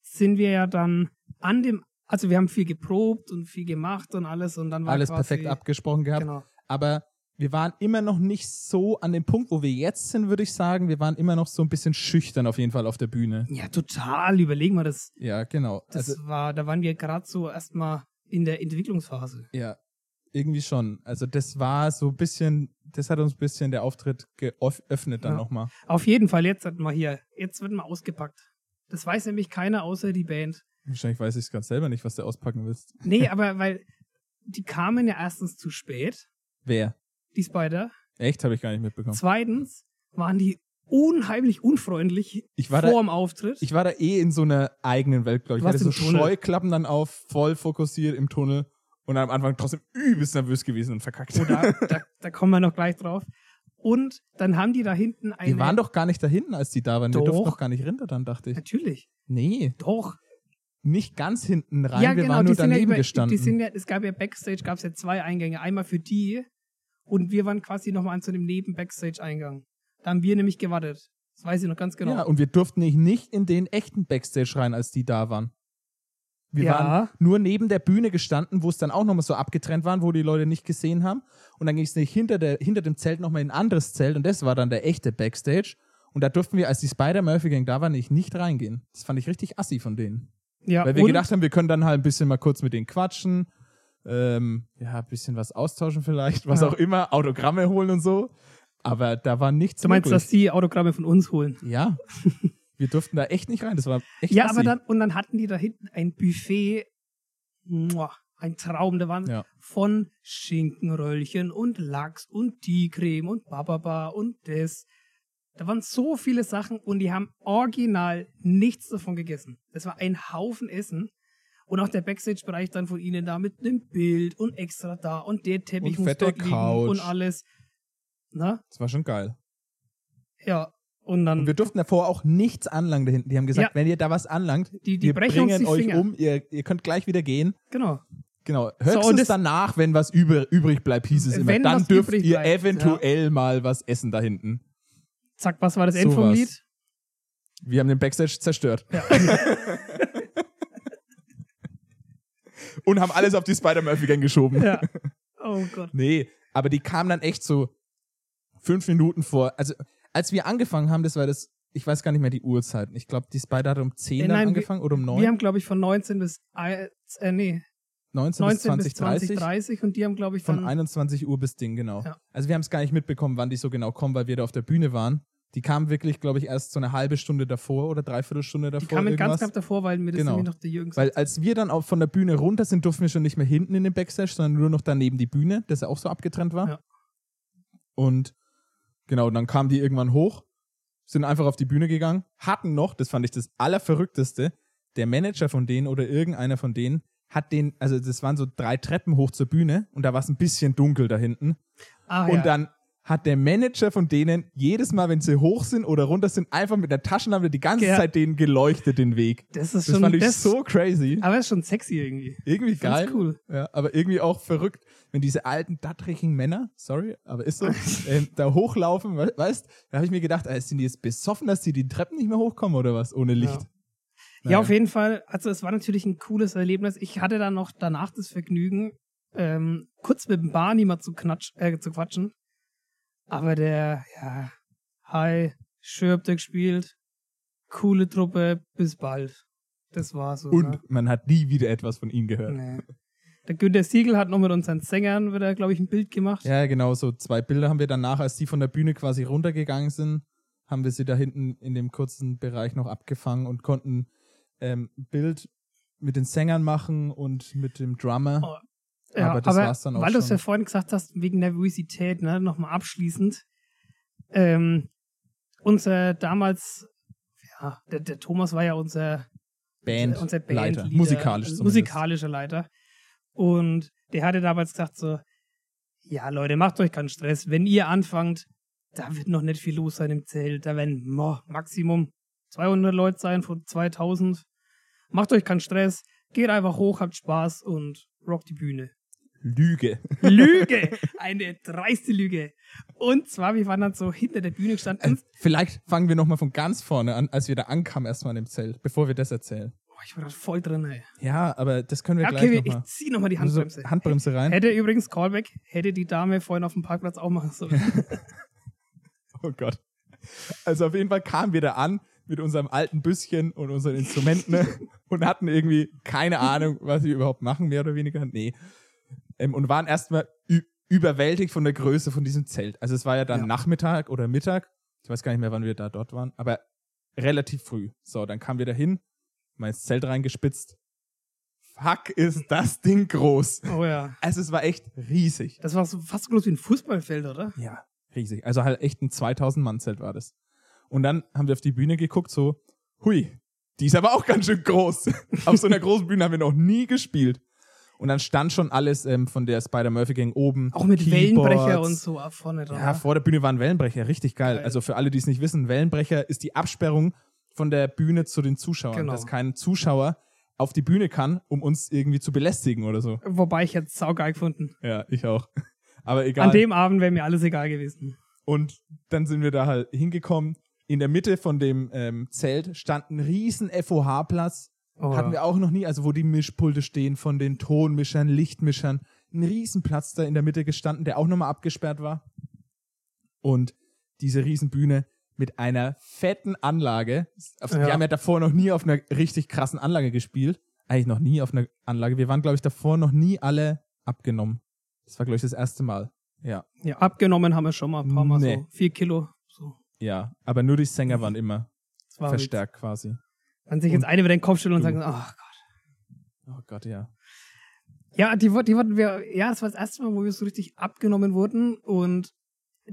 Speaker 1: sind wir ja dann an dem, also wir haben viel geprobt und viel gemacht und alles und dann war
Speaker 2: Alles
Speaker 1: quasi,
Speaker 2: perfekt abgesprochen gehabt.
Speaker 1: Genau.
Speaker 2: aber wir waren immer noch nicht so an dem Punkt, wo wir jetzt sind, würde ich sagen. Wir waren immer noch so ein bisschen schüchtern auf jeden Fall auf der Bühne.
Speaker 1: Ja, total. Überlegen wir das.
Speaker 2: Ja, genau.
Speaker 1: Das war, da waren wir gerade so erstmal in der Entwicklungsphase.
Speaker 2: Ja, irgendwie schon. Also das war so ein bisschen, das hat uns ein bisschen der Auftritt geöffnet dann
Speaker 1: Ja.
Speaker 2: nochmal.
Speaker 1: Auf jeden Fall, jetzt hat man hier, jetzt wird mal ausgepackt. Das weiß nämlich keiner außer die Band.
Speaker 2: Wahrscheinlich weiß ich es ganz selber nicht, was du auspacken willst. <laughs>
Speaker 1: Nee, aber weil die kamen ja erstens zu spät,
Speaker 2: Wer?
Speaker 1: die Spider.
Speaker 2: Echt? Habe ich gar nicht mitbekommen.
Speaker 1: Zweitens waren die unheimlich unfreundlich
Speaker 2: Ich war da-
Speaker 1: vor dem Auftritt.
Speaker 2: Ich war da eh in so einer eigenen Welt, glaube ich.
Speaker 1: Du
Speaker 2: Ich hatte
Speaker 1: warst
Speaker 2: so
Speaker 1: im Tunnel.
Speaker 2: Scheuklappen dann auf, voll fokussiert im Tunnel und am Anfang trotzdem übelst nervös gewesen und verkackt.
Speaker 1: Oh, da, da, da kommen wir noch gleich drauf. Und dann haben die da hinten eine.
Speaker 2: Wir waren doch gar nicht da hinten, als die da waren. Wir
Speaker 1: Doch.
Speaker 2: durften doch gar nicht runter, dann dachte ich.
Speaker 1: Natürlich.
Speaker 2: Nee,
Speaker 1: Doch.
Speaker 2: nicht ganz hinten rein.
Speaker 1: ja,
Speaker 2: wir
Speaker 1: genau.
Speaker 2: waren nur
Speaker 1: die, sind ja
Speaker 2: daneben
Speaker 1: über,
Speaker 2: gestanden.
Speaker 1: die sind ja, es gab ja Backstage, gab es ja zwei Eingänge. Einmal für die und wir waren quasi nochmal an so einem Neben-Backstage-Eingang. Da haben wir nämlich gewartet. Das weiß ich noch ganz genau.
Speaker 2: Ja, und wir durften nicht, nicht in den echten Backstage rein, als die da waren. Wir
Speaker 1: Ja.
Speaker 2: waren nur neben der Bühne gestanden, wo es dann auch nochmal so abgetrennt waren, wo die Leute nicht gesehen haben. Und dann ging es nicht hinter, der, hinter dem Zelt nochmal in ein anderes Zelt und das war dann der echte Backstage. Und da durften wir, als die Spider-Murphy-Gang da war, nicht, nicht reingehen. Das fand ich richtig assi von denen.
Speaker 1: Ja,
Speaker 2: Weil wir
Speaker 1: und
Speaker 2: gedacht haben, wir können dann halt ein bisschen mal kurz mit denen quatschen. Ähm, ja, ein bisschen was austauschen vielleicht, was
Speaker 1: Ja.
Speaker 2: auch immer, Autogramme holen und so. Aber da war nichts
Speaker 1: du meinst,
Speaker 2: möglich.
Speaker 1: dass die Autogramme von uns holen.
Speaker 2: Ja. Wir durften da echt nicht rein. Das war echt
Speaker 1: Ja,
Speaker 2: assi.
Speaker 1: aber dann, und dann hatten die da hinten ein Buffet, muah, ein Traum, da waren
Speaker 2: Ja.
Speaker 1: von Schinkenröllchen und Lachs und Teecreme und bababa und das. Da waren so viele Sachen und die haben original nichts davon gegessen. Das war ein Haufen Essen. Und auch der Backstage-Bereich dann von ihnen da mit einem Bild und extra da und der Teppich
Speaker 2: Und
Speaker 1: muss
Speaker 2: fette
Speaker 1: dort liegen
Speaker 2: Couch.
Speaker 1: und alles. Na?
Speaker 2: Das war schon geil.
Speaker 1: Ja. Und dann
Speaker 2: Und wir durften davor auch nichts anlangen da hinten. Die haben gesagt,
Speaker 1: Ja.
Speaker 2: wenn ihr da was anlangt,
Speaker 1: Die- die
Speaker 2: wir
Speaker 1: brechen uns
Speaker 2: bringen
Speaker 1: die
Speaker 2: euch
Speaker 1: Finger.
Speaker 2: um, ihr, ihr könnt gleich wieder gehen.
Speaker 1: Genau.
Speaker 2: Genau,
Speaker 1: So, und
Speaker 2: höchstens
Speaker 1: das-
Speaker 2: danach, wenn was über, übrig bleibt, hieß es immer.
Speaker 1: Wenn
Speaker 2: Dann
Speaker 1: was
Speaker 2: dürft
Speaker 1: übrig
Speaker 2: ihr
Speaker 1: bleibt,
Speaker 2: eventuell mal was essen da hinten.
Speaker 1: Zack, was war das End vom
Speaker 2: Sowas.
Speaker 1: Lied?
Speaker 2: <laughs> Wir haben den Backstage zerstört. <laughs> Und haben alles auf die Spider-Murphy-Gang geschoben.
Speaker 1: Ja. Oh Gott.
Speaker 2: Nee, aber die kamen dann echt so fünf Minuten vor. Also, als wir angefangen haben, das war das, ich weiß gar nicht mehr die Uhrzeiten. Ich glaube, die Spider hat um 10
Speaker 1: Äh,
Speaker 2: dann
Speaker 1: nein, wir-
Speaker 2: angefangen oder um 9,
Speaker 1: Wir haben, glaube ich, von 19 bis ei- äh, nee,
Speaker 2: 19,
Speaker 1: 19 bis
Speaker 2: bis 20,
Speaker 1: 20,
Speaker 2: 30.
Speaker 1: 30 und die haben, glaube ich, von,
Speaker 2: Von 21 Uhr bis Ding, genau.
Speaker 1: Ja.
Speaker 2: Also wir haben es gar nicht mitbekommen, wann die so genau kommen, weil wir da auf der Bühne waren. Die kamen wirklich, glaube ich, erst so eine halbe Stunde davor oder dreiviertel Stunde davor.
Speaker 1: die kamen ganz
Speaker 2: irgendwas.
Speaker 1: knapp davor, weil mir das
Speaker 2: Genau.
Speaker 1: nämlich noch der Jürgen
Speaker 2: Weil als wir dann auch von der Bühne runter sind, durften wir schon nicht mehr hinten in den Backstage, sondern nur noch daneben die Bühne, dass er auch so abgetrennt war.
Speaker 1: Ja.
Speaker 2: Und genau, dann kamen die irgendwann hoch, sind einfach auf die Bühne gegangen, hatten noch, das fand ich das Allerverrückteste, der Manager von denen oder irgendeiner von denen hat den, also das waren so drei Treppen hoch zur Bühne und da war es ein bisschen dunkel da hinten.
Speaker 1: ah, ja.
Speaker 2: Und dann hat der Manager von denen jedes Mal, wenn sie hoch sind oder runter sind, einfach mit der Taschenlampe die ganze
Speaker 1: Ja.
Speaker 2: Zeit denen geleuchtet den Weg.
Speaker 1: das ist
Speaker 2: Das
Speaker 1: schon
Speaker 2: fand ich
Speaker 1: das,
Speaker 2: so crazy.
Speaker 1: aber ist schon sexy irgendwie.
Speaker 2: Irgendwie
Speaker 1: Ganz
Speaker 2: geil.
Speaker 1: cool.
Speaker 2: Ja, aber irgendwie auch verrückt, wenn diese alten, dattrigen Männer, sorry, aber
Speaker 1: <laughs>
Speaker 2: ist so, ähm, da hochlaufen, we weißt, da habe ich mir gedacht, äh, sind die jetzt besoffen, dass die die Treppen nicht mehr hochkommen oder was, ohne Licht?
Speaker 1: Ja. Ja, auf jeden Fall. Also es war natürlich ein cooles Erlebnis. Ich hatte dann noch danach das Vergnügen, ähm, kurz mit dem Barney mal zu, knatsch, äh, zu quatschen. Aber der, ja, hi, schön habt ihr gespielt, coole Truppe, bis bald. Das war so. ne?
Speaker 2: Und man hat nie wieder etwas von ihm gehört.
Speaker 1: Nee. Der Günter Siegel hat noch mit unseren Sängern wieder, glaube ich, ein Bild gemacht.
Speaker 2: Ja, genau, so zwei Bilder haben wir danach, als die von der Bühne quasi runtergegangen sind, haben wir sie da hinten in dem kurzen Bereich noch abgefangen und konnten ähm, ein Bild mit den Sängern machen und mit dem Drummer.
Speaker 1: Oh,
Speaker 2: Ja, aber das war's dann auch
Speaker 1: Weil du es
Speaker 2: schon.
Speaker 1: ja vorhin gesagt hast, wegen Nervosität, ne, nochmal abschließend. Ähm, unser damals, ja, der, der Thomas war ja unser
Speaker 2: Band,
Speaker 1: unser Also Bandleiter,
Speaker 2: Leiter, musikalisch zumindest.
Speaker 1: musikalischer Leiter. Und der hatte damals gesagt so, ja Leute, macht euch keinen Stress. Wenn ihr anfangt, da wird noch nicht viel los sein im Zelt. Da werden mo, Maximum 200 Leute sein von 2000. Macht euch keinen Stress. Geht einfach hoch, habt Spaß und rockt die
Speaker 2: <laughs>
Speaker 1: Bühne.
Speaker 2: Lüge.
Speaker 1: Lüge! Eine dreiste Lüge. Und zwar, wir waren dann so hinter der Bühne
Speaker 2: Äh,
Speaker 1: gestanden.
Speaker 2: <laughs> Vielleicht fangen wir nochmal von ganz vorne an, als wir da ankamen, erstmal im Zelt, bevor wir das erzählen.
Speaker 1: Boah, ich war grad voll drin, ey.
Speaker 2: Ja, aber das können wir
Speaker 1: Okay,
Speaker 2: gleich
Speaker 1: ich
Speaker 2: nochmal.
Speaker 1: zieh nochmal die Handbremse.
Speaker 2: So, Handbremse rein.
Speaker 1: Hätte übrigens Callback, hätte die Dame vorhin auf dem Parkplatz auch machen sollen.
Speaker 2: <laughs> Oh Gott. Also auf jeden Fall kamen wir da an mit unserem alten Büsschen und unseren Instrumenten ne? und hatten irgendwie keine Ahnung, was wir überhaupt machen, mehr oder weniger. Nee. Ähm, und waren erstmal ü- überwältigt von der Größe von diesem Zelt. Also es war ja dann
Speaker 1: Ja.
Speaker 2: Nachmittag oder Mittag. Ich weiß gar nicht mehr, wann wir da dort waren, aber relativ früh. So, dann kamen wir da hin, mal ins Zelt reingespitzt. Fuck, ist das Ding groß.
Speaker 1: Oh ja.
Speaker 2: Also es war echt riesig.
Speaker 1: Das war so fast so groß wie ein Fußballfeld, oder?
Speaker 2: Ja, riesig. Also halt echt ein 2000-Mann-Zelt war das. Und dann haben wir auf die Bühne geguckt, so, hui, die ist aber auch ganz schön groß. <laughs> auf so einer großen Bühne haben wir noch nie gespielt. Und dann stand schon alles ähm, von der Spider-Murphy-Gang oben.
Speaker 1: Auch mit
Speaker 2: Keyboards.
Speaker 1: Wellenbrecher und so ab vorne dran.
Speaker 2: Ja, vor der Bühne waren Wellenbrecher, richtig geil.
Speaker 1: Geil.
Speaker 2: Also für alle, die es nicht wissen, Wellenbrecher ist die Absperrung von der Bühne zu den Zuschauern,
Speaker 1: Genau.
Speaker 2: dass kein Zuschauer auf die Bühne kann, um uns irgendwie zu belästigen oder so.
Speaker 1: Wobei ich jetzt saugeil gefunden.
Speaker 2: Ja, ich auch. <laughs> Aber egal.
Speaker 1: An dem Abend wäre mir alles egal gewesen.
Speaker 2: Und dann sind wir da halt hingekommen. In der Mitte von dem ähm, Zelt stand ein riesen FOH-Platz.
Speaker 1: Oh,
Speaker 2: Hatten wir auch noch nie, also wo die Mischpulte stehen von den Tonmischern, Lichtmischern. Ein riesen Platz da in der Mitte gestanden, der auch nochmal abgesperrt war. Und diese Riesenbühne mit einer fetten Anlage. Auf,
Speaker 1: Ja.
Speaker 2: Wir haben ja davor noch nie auf einer richtig krassen Anlage gespielt. Eigentlich noch nie auf einer Anlage. Wir waren, glaube ich, davor noch nie alle abgenommen. Das war, glaube ich, das erste Mal. Ja.
Speaker 1: ja, abgenommen haben wir schon mal ein paar Mal
Speaker 2: Nee.
Speaker 1: so. Vier Kilo. So.
Speaker 2: Ja, aber nur die Sänger waren immer
Speaker 1: Mhm. Das war
Speaker 2: verstärkt quasi.
Speaker 1: wild. Wenn sich jetzt eine über den Kopf stellt und
Speaker 2: Du.
Speaker 1: sagt, ach Gott.
Speaker 2: Oh Gott, ja.
Speaker 1: Ja, die, wurd- die wurden wir, ja, das war das erste Mal, wo wir so richtig abgenommen wurden und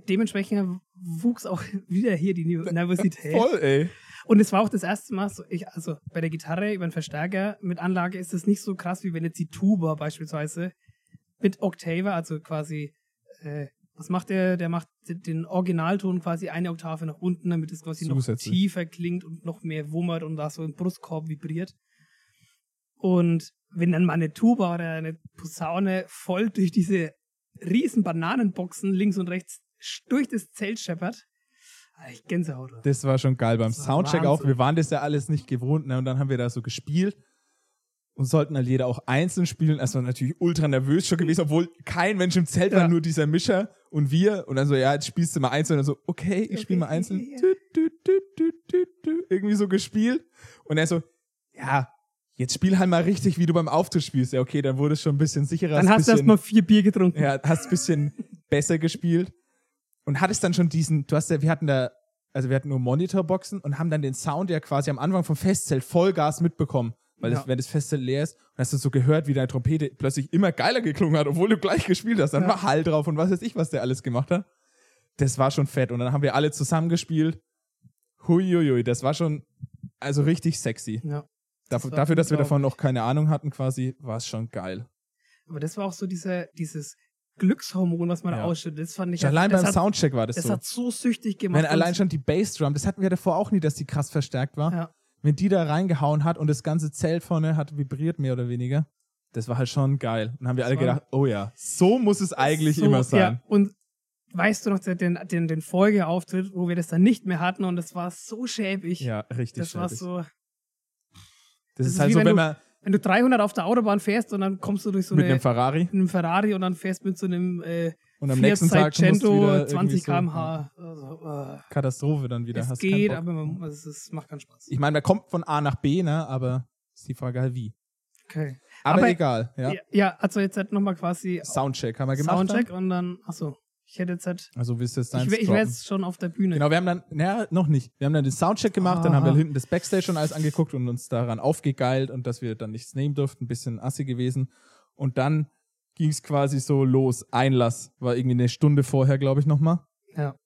Speaker 1: dementsprechend wuchs auch <laughs> wieder hier die Nervosität.
Speaker 2: Voll, ey.
Speaker 1: Und es war auch das erste Mal, so ich, also bei der Gitarre über den Verstärker mit Anlage ist es nicht so krass, wie wenn jetzt die Tuba beispielsweise mit Octaver, also quasi, äh, was macht der? Der macht d- den Originalton quasi eine Oktave nach unten, damit es quasi noch
Speaker 2: Zusätzlich.
Speaker 1: tiefer klingt und noch mehr wummert und da so im Brustkorb vibriert. Und wenn dann mal eine Tuba oder eine Posaune voll durch diese riesen Bananenboxen links und rechts durch das Zelt scheppert, ah, ich Gänsehaut. oder?
Speaker 2: Das war schon geil beim
Speaker 1: Das war
Speaker 2: Soundcheck auch.
Speaker 1: Wahnsinn.
Speaker 2: Wir waren das ja alles nicht gewohnt, ne? Und dann haben wir da so gespielt und sollten halt jeder auch einzeln spielen. Also natürlich ultra nervös schon gewesen, obwohl kein Mensch im Zelt war,
Speaker 1: Ja.
Speaker 2: nur dieser Mischer und wir. Und dann so, ja, jetzt spielst du mal einzeln. Und so, okay, ich spiele mal
Speaker 1: Okay,
Speaker 2: einzeln.
Speaker 1: ja.
Speaker 2: Tü, tü, tü, tü, tü, tü. Irgendwie so gespielt. Und er so, ja, jetzt spiel halt mal richtig, wie du beim Auftisch spielst. Ja, okay, dann wurde es schon ein bisschen sicherer.
Speaker 1: Dann
Speaker 2: ein
Speaker 1: hast du
Speaker 2: bisschen-
Speaker 1: erstmal vier Bier getrunken.
Speaker 2: ja, hast ein bisschen besser gespielt und hattest dann schon diesen, du hast ja, wir hatten da, also wir hatten nur Monitorboxen und haben dann den Sound ja quasi am Anfang vom Festzelt Vollgas mitbekommen. Weil das,
Speaker 1: Ja.
Speaker 2: wenn das Festzelt leer ist, dann hast du so gehört, wie deine Trompete plötzlich immer geiler geklungen hat, obwohl du gleich gespielt hast. Dann
Speaker 1: Ja.
Speaker 2: war Hall drauf und was weiß ich, was der alles gemacht hat. Das war schon fett. Und dann haben wir alle zusammengespielt. Huiuiui, das war schon, also richtig sexy.
Speaker 1: Ja.
Speaker 2: Dafür,
Speaker 1: war
Speaker 2: dafür dass wir davon noch keine Ahnung hatten quasi, war es schon geil.
Speaker 1: Aber das war auch so dieser, dieses Glückshormon, was man
Speaker 2: Ja.
Speaker 1: ausschüttet. Das fand ich
Speaker 2: Allein
Speaker 1: das
Speaker 2: beim
Speaker 1: hat,
Speaker 2: Soundcheck war das,
Speaker 1: Das
Speaker 2: so.
Speaker 1: hat so süchtig gemacht.
Speaker 2: Wenn allein
Speaker 1: Und-
Speaker 2: schon die Bassdrum, das hatten wir davor auch nie, dass die krass verstärkt war.
Speaker 1: Ja.
Speaker 2: Wenn die da reingehauen hat und das ganze Zelt vorne hat vibriert, mehr oder weniger. Das war halt schon geil. Und haben wir
Speaker 1: Das
Speaker 2: alle
Speaker 1: war-
Speaker 2: gedacht, oh ja, so muss es eigentlich
Speaker 1: So,
Speaker 2: immer sein.
Speaker 1: Ja. Und weißt du noch den, den, den Folgeauftritt, wo wir das dann nicht mehr hatten und das war so schäbig.
Speaker 2: Ja, richtig.
Speaker 1: das war
Speaker 2: schäbig.
Speaker 1: so,
Speaker 2: das
Speaker 1: das
Speaker 2: ist
Speaker 1: ist
Speaker 2: halt
Speaker 1: wie
Speaker 2: so,
Speaker 1: wenn
Speaker 2: wenn
Speaker 1: du
Speaker 2: man
Speaker 1: wenn du 300 auf der Autobahn fährst und dann kommst du durch so
Speaker 2: mit
Speaker 1: eine,
Speaker 2: einem Ferrari
Speaker 1: einem Ferrari und dann fährst mit so einem äh,
Speaker 2: und am
Speaker 1: Fiat
Speaker 2: nächsten Tag musst du
Speaker 1: Cinquecento
Speaker 2: wieder
Speaker 1: 20
Speaker 2: irgendwie so,
Speaker 1: km/h. Also, äh,
Speaker 2: ja, Katastrophe dann wieder.
Speaker 1: es
Speaker 2: hast
Speaker 1: geht,
Speaker 2: keinen Bock.
Speaker 1: aber man, also es ist, macht keinen Spaß.
Speaker 2: ich meine, man kommt von A nach B, ne? Aber ist die Frage halt wie.
Speaker 1: Okay.
Speaker 2: Aber,
Speaker 1: Aber-
Speaker 2: egal, ja.
Speaker 1: Ja, ja also jetzt halt nochmal quasi
Speaker 2: Soundcheck haben wir gemacht.
Speaker 1: Soundcheck
Speaker 2: Dann.
Speaker 1: und dann, achso, ich hätte jetzt halt,
Speaker 2: Also willst du jetzt deins
Speaker 1: ich, wär- ich wäre
Speaker 2: droppen?
Speaker 1: jetzt schon auf der Bühne.
Speaker 2: Genau, wir haben dann, naja, noch nicht. Wir haben dann den Soundcheck gemacht, dann haben wir
Speaker 1: Aha.
Speaker 2: hinten das Backstage und alles angeguckt und uns daran aufgegeilt und dass wir dann nichts nehmen durften, ein bisschen assi gewesen. Und dann ging es quasi so los. Einlass war irgendwie eine Stunde vorher, glaube ich, nochmal.
Speaker 1: Ja.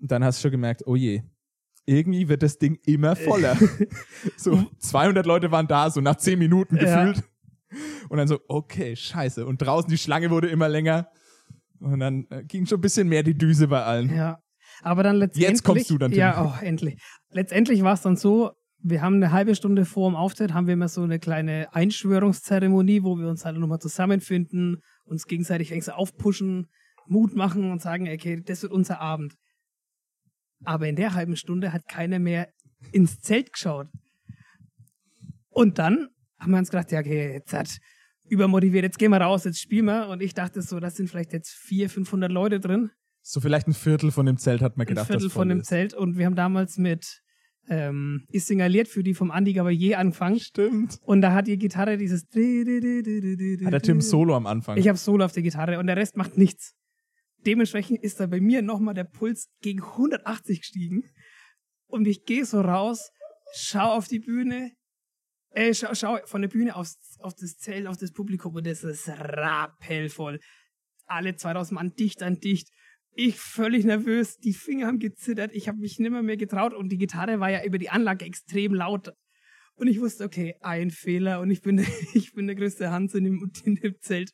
Speaker 2: Und dann hast du schon gemerkt, oh je, irgendwie wird das Ding immer
Speaker 1: <laughs>
Speaker 2: voller. so 200 Leute waren da, so nach 10 Minuten
Speaker 1: Ja.
Speaker 2: gefühlt. Und dann so, okay, scheiße. Und draußen die Schlange wurde immer länger. Und dann äh, ging schon ein bisschen mehr die Düse bei allen.
Speaker 1: Ja, aber dann letztendlich.
Speaker 2: Jetzt kommst du dann, Tim.
Speaker 1: Ja, oh, endlich. Letztendlich war es dann so, wir haben eine halbe Stunde vor dem Auftritt, haben wir immer so eine kleine Einschwörungszeremonie, wo wir uns halt nochmal zusammenfinden, uns gegenseitig längst aufpushen, Mut machen und sagen, okay, das wird unser Abend. Aber in der halben Stunde hat keiner mehr ins Zelt geschaut. Und dann haben wir uns gedacht, ja, okay, jetzt hat übermotiviert, jetzt gehen wir raus, jetzt spielen wir. Und ich dachte so, das sind vielleicht jetzt 400, 500 Leute drin
Speaker 2: So vielleicht ein Viertel von dem Zelt hat man
Speaker 1: ein
Speaker 2: gedacht.
Speaker 1: Viertel
Speaker 2: dass voll
Speaker 1: von dem
Speaker 2: ist.
Speaker 1: Zelt und wir haben damals mit ähm, ist singaliert für die vom Andi Gabayé angefangen
Speaker 2: Stimmt.
Speaker 1: und da hat die Gitarre dieses
Speaker 2: Hat
Speaker 1: hat
Speaker 2: der Tim Solo am Anfang.
Speaker 1: Ich habe Solo auf der Gitarre und der Rest macht nichts. Dementsprechend ist da bei mir nochmal der Puls gegen 180 gestiegen und ich gehe so raus, schau auf die Bühne, äh, schau, schau von der Bühne aufs, auf das Zelt, auf das Publikum und das ist rappelvoll. Alle 2000 Mann dicht an dicht. Ich völlig nervös, die Finger haben gezittert, ich habe mich nimmer mehr getraut und die Gitarre war ja über die Anlage extrem laut. Und ich wusste, okay, ein Fehler und ich bin, ich bin der <laughs> größte Hans in dem, in dem Zelt.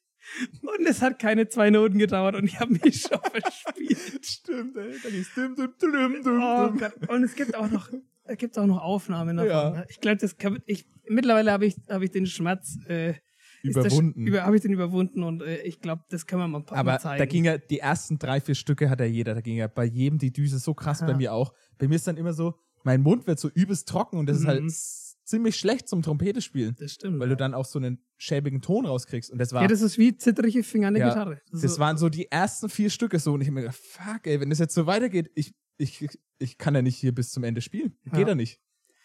Speaker 1: Und es hat keine zwei Noten gedauert und ich habe mich <laughs> schon verspielt.
Speaker 2: Stimmt, ey. Da geht's dim, dim, dim, dim,
Speaker 1: Oh
Speaker 2: dim.
Speaker 1: Gott. Und es gibt auch noch, es gibt auch noch Aufnahmen davon.
Speaker 2: Ja.
Speaker 1: ne? Ich glaube, das kann, ich, mittlerweile habe ich, habe ich den Schmerz, äh, ist das-
Speaker 2: Überwunden.
Speaker 1: Über, habe ich den überwunden und äh, ich glaube, das können wir mal, ein paar
Speaker 2: Aber
Speaker 1: mal zeigen.
Speaker 2: da ging ja, die ersten drei, vier Stücke hat ja jeder. Da ging ja bei jedem die Düse so krass, bei
Speaker 1: Ja.
Speaker 2: mir auch. Bei mir ist dann immer so, mein Mund wird so übelst trocken und das ist
Speaker 1: Mhm.
Speaker 2: halt s- ziemlich schlecht zum Trompete spielen.
Speaker 1: das stimmt.
Speaker 2: Weil du dann auch so einen schäbigen Ton rauskriegst. Und das war
Speaker 1: ja, das ist wie zittrige Finger an der
Speaker 2: Ja,
Speaker 1: Gitarre.
Speaker 2: Das waren so die ersten vier Stücke so und ich hab mir gedacht, fuck, ey, wenn das jetzt so weitergeht, ich, ich, ich kann ja nicht hier bis zum Ende spielen.
Speaker 1: Ja.
Speaker 2: Geht ja nicht.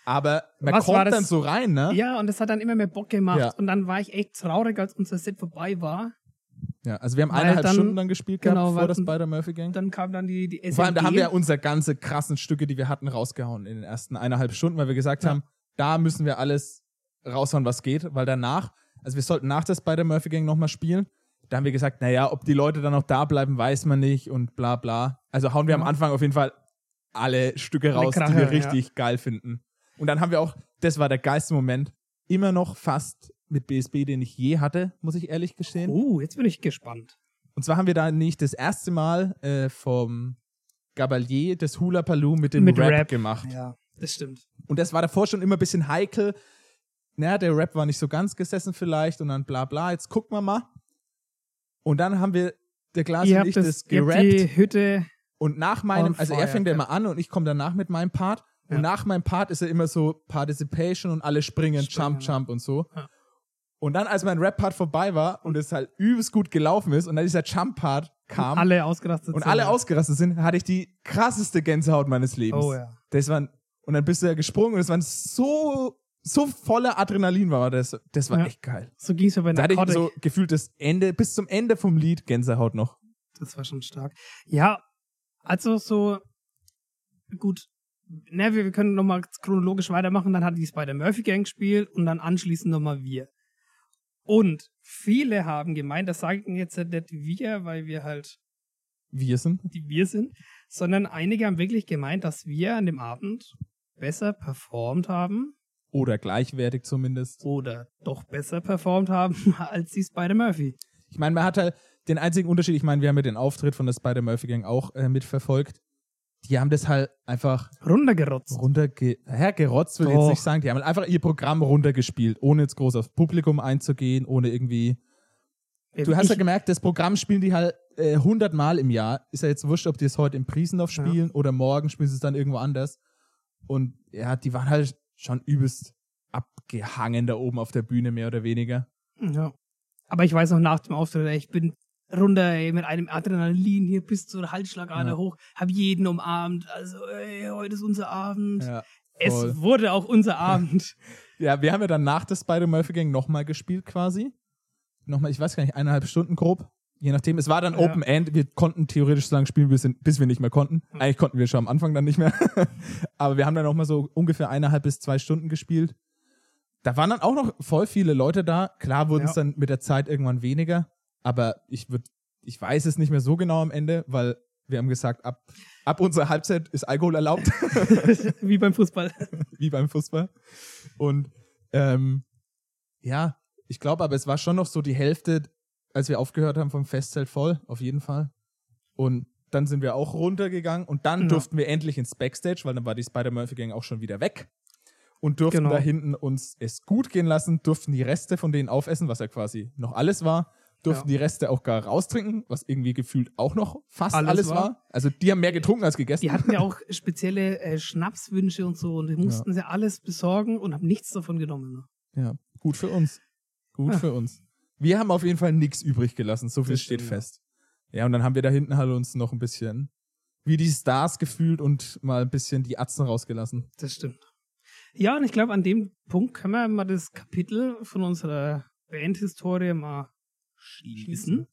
Speaker 2: Aber man
Speaker 1: Was war
Speaker 2: kommt
Speaker 1: das?
Speaker 2: dann so rein, ne?
Speaker 1: ja, und das hat dann immer mehr Bock gemacht.
Speaker 2: Ja.
Speaker 1: Und dann war ich echt traurig, als unser Set vorbei war.
Speaker 2: Ja, also wir haben
Speaker 1: Weil
Speaker 2: eineinhalb
Speaker 1: dann-
Speaker 2: Stunden dann gespielt gehabt
Speaker 1: genau,
Speaker 2: vor
Speaker 1: weil-
Speaker 2: der Spider-Murphy-Gang.
Speaker 1: Dann kam dann die, die SMG.
Speaker 2: Vor allem, da haben wir unsere ganze krassen Stücke, die wir hatten, rausgehauen in den ersten eineinhalb Stunden, weil wir gesagt
Speaker 1: Ja.
Speaker 2: haben, da müssen wir alles raushauen, was geht, weil danach, also wir sollten nach der Spider-Murphy-Gang nochmal spielen. Da haben wir gesagt, naja, ob die Leute dann noch da bleiben, weiß man nicht und bla bla. Also hauen wir am
Speaker 1: Ja.
Speaker 2: Anfang auf jeden Fall alle Stücke
Speaker 1: Mhm. Alle
Speaker 2: raus, die
Speaker 1: Kracher,
Speaker 2: wir richtig geil finden. Und dann haben wir auch, das war der geilste Moment, immer noch fast mit BSB, den ich je hatte, muss ich ehrlich gestehen.
Speaker 1: Oh, jetzt bin ich gespannt.
Speaker 2: Und zwar haben wir da nicht das erste Mal äh, vom Gabalier das Hula Paloo mit dem
Speaker 1: Mit
Speaker 2: Rap,
Speaker 1: Rap.
Speaker 2: gemacht.
Speaker 1: Ja, das stimmt.
Speaker 2: Und das war davor schon immer ein bisschen heikel. naja, der Rap war nicht so ganz gesessen vielleicht und dann bla bla, jetzt gucken wir mal. Und dann haben wir, der Glas
Speaker 1: ihr
Speaker 2: und ich,
Speaker 1: habt
Speaker 2: Also das,
Speaker 1: das, ihr habt
Speaker 2: gerappt.
Speaker 1: die Hütte.
Speaker 2: Und nach meinem,
Speaker 1: On
Speaker 2: also
Speaker 1: fire,
Speaker 2: er fängt ja
Speaker 1: ja.
Speaker 2: immer an und ich komme danach mit meinem Part.
Speaker 1: Ja.
Speaker 2: Und nach meinem Part ist er immer so Participation und alle springen,
Speaker 1: Springen,
Speaker 2: Jump,
Speaker 1: ja.
Speaker 2: Jump und so.
Speaker 1: Ja.
Speaker 2: Und dann, als mein Rap-Part vorbei war und es halt übelst gut gelaufen ist und dann dieser Jump-Part kam und alle,
Speaker 1: Alle ausgerastet. sind.
Speaker 2: ausgerastet sind, hatte ich die krasseste Gänsehaut meines Lebens.
Speaker 1: Oh ja.
Speaker 2: Das waren, und dann bist du ja gesprungen und es waren so, so voller Adrenalin war das. Das war
Speaker 1: Ja.
Speaker 2: echt geil.
Speaker 1: So ging es mir bei
Speaker 2: Da hatte ich
Speaker 1: Narcotic.
Speaker 2: so gefühlt das Ende, bis zum Ende vom Lied Gänsehaut noch.
Speaker 1: Das war schon stark. Ja, also so gut. Ne, wir, wir können nochmal chronologisch weitermachen. Dann hat die Spider-Murphy-Gang gespielt und dann anschließend nochmal wir. Und viele haben gemeint, das sagen jetzt nicht wir, weil wir halt
Speaker 2: Wir sind.
Speaker 1: die wir sind, sondern einige haben wirklich gemeint, dass wir an dem Abend besser performt haben
Speaker 2: Oder gleichwertig zumindest.
Speaker 1: oder doch besser performt haben <laughs> als die Spider-Murphy.
Speaker 2: Ich meine, man hat halt den einzigen Unterschied, ich meine, wir haben ja den Auftritt von der Spider-Murphy-Gang auch äh, mitverfolgt. Die haben das halt einfach
Speaker 1: Runtergerotzt.
Speaker 2: runterge... Ja, gerotzt will ich jetzt
Speaker 1: Doch.
Speaker 2: nicht sagen. Die haben halt einfach ihr Programm runtergespielt, ohne jetzt groß aufs Publikum einzugehen, ohne irgendwie... Du hast ja gemerkt, das Programm spielen die halt äh, 100 Mal im Jahr. Ist ja jetzt wurscht, ob die es heute im Priesenhof
Speaker 1: Ja.
Speaker 2: spielen oder morgen spielen sie es dann irgendwo anders. Und ja, die waren halt schon übelst abgehangen da oben auf der Bühne, mehr oder weniger.
Speaker 1: Ja. Aber ich weiß noch nach dem Auftritt, ey, ich bin runter ey, mit einem Adrenalin hier bis zur Halsschlagader
Speaker 2: Ja.
Speaker 1: hoch, hab jeden umarmt. Also, ey, heute ist unser Abend.
Speaker 2: Ja.
Speaker 1: es
Speaker 2: voll.
Speaker 1: wurde auch unser Abend. <laughs>
Speaker 2: Ja, wir haben ja dann nach der Spider-Murphy-Gang nochmal gespielt quasi. Nochmal, ich weiß gar nicht, eineinhalb Stunden grob. Je nachdem, es war dann
Speaker 1: Ja.
Speaker 2: Open End. Wir konnten theoretisch so lange spielen, bis, bis wir nicht mehr konnten.
Speaker 1: Hm.
Speaker 2: Eigentlich konnten wir schon am Anfang dann nicht mehr. <laughs> Aber wir haben dann nochmal so ungefähr eineinhalb bis zwei Stunden gespielt. Da waren dann auch noch voll viele Leute da. Klar wurden es
Speaker 1: Ja.
Speaker 2: dann mit der Zeit irgendwann weniger. Aber ich würde, ich weiß es nicht mehr so genau am Ende, weil wir haben gesagt, ab, ab unserer Halbzeit ist Alkohol erlaubt
Speaker 1: Wie beim
Speaker 2: <laughs>
Speaker 1: Fußball.
Speaker 2: wie beim Fußball. Und ähm, ja, ich glaube, aber es war schon noch so die Hälfte, als wir aufgehört haben vom Festzelt voll, auf jeden Fall. Und dann sind wir auch runtergegangen und dann
Speaker 1: Ja.
Speaker 2: durften wir endlich ins Backstage, weil dann war die Spider-Murphy-Gang auch schon wieder weg. Und durften
Speaker 1: Genau.
Speaker 2: da hinten uns es gut gehen lassen, durften die Reste von denen aufessen, was ja quasi noch alles war, durften die Reste auch gar raustrinken, was irgendwie gefühlt auch noch fast alles,
Speaker 1: Alles
Speaker 2: war.
Speaker 1: war.
Speaker 2: Also die haben mehr getrunken als gegessen.
Speaker 1: Die hatten ja auch spezielle äh, Schnapswünsche und so und die mussten sie alles besorgen und haben nichts davon genommen. Ne?
Speaker 2: Ja, gut für uns. Gut
Speaker 1: Ah.
Speaker 2: für uns. Wir haben auf jeden Fall nichts übrig gelassen, so viel
Speaker 1: Das
Speaker 2: steht
Speaker 1: stimmt, ja.
Speaker 2: fest. Ja, und dann haben wir da hinten halt uns noch ein bisschen wie die Stars gefühlt und mal ein bisschen die Atzen rausgelassen.
Speaker 1: Das stimmt. Ja, und ich glaube, an dem Punkt können wir mal das Kapitel von unserer Bandhistorie mal schließen.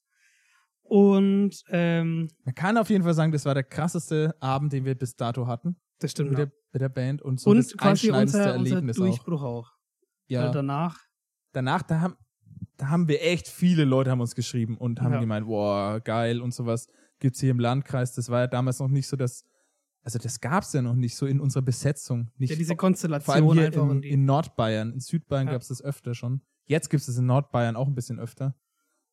Speaker 1: Und ähm,
Speaker 2: Man kann auf jeden Fall sagen, das war der krasseste Abend, den wir bis dato hatten
Speaker 1: das stimmt.
Speaker 2: mit,
Speaker 1: ja.
Speaker 2: der, mit der Band und so das
Speaker 1: Genau. und quasi
Speaker 2: einschneidendste
Speaker 1: unser, unser
Speaker 2: Erlebnis auch.
Speaker 1: Durchbruch halt auch. Weil
Speaker 2: Ja,
Speaker 1: danach.
Speaker 2: danach, da haben, da haben wir echt viele Leute haben uns geschrieben und haben
Speaker 1: Ja.
Speaker 2: gemeint, wow, geil und sowas gibt's hier im Landkreis. Das war ja damals noch nicht so, dass, also das gab's ja noch nicht so in unserer Besetzung. Nicht
Speaker 1: Ja, diese
Speaker 2: vor allem
Speaker 1: Konstellation
Speaker 2: hier
Speaker 1: einfach.
Speaker 2: in,
Speaker 1: und die-
Speaker 2: in Nordbayern. In Südbayern
Speaker 1: Ja.
Speaker 2: gab's das öfter schon. Jetzt gibt's das in Nordbayern auch ein bisschen öfter.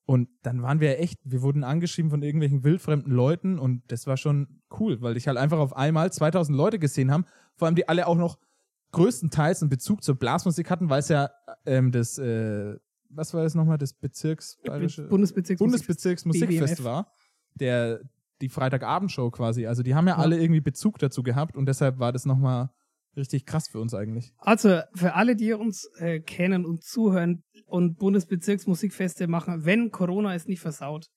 Speaker 2: Und dann waren wir echt, wir wurden angeschrieben von irgendwelchen wildfremden Leuten und das war schon cool, weil ich halt einfach auf einmal 2000 Leute gesehen haben, vor allem die alle auch noch größtenteils einen Bezug zur Blasmusik hatten, weil es ja ähm, das, äh, was war das nochmal, das Bezirks Bayerische-
Speaker 1: Bundesbezirks.
Speaker 2: Bundesbezirksmusikfest
Speaker 1: BWF.
Speaker 2: war, der die Freitagabendshow quasi. Also die haben ja,
Speaker 1: Ja.
Speaker 2: alle irgendwie Bezug dazu gehabt und deshalb war das nochmal richtig krass für uns eigentlich.
Speaker 1: Also, für alle, die uns äh, kennen und zuhören und Bundesbezirksmusikfeste machen, wenn Corona es nicht versaut,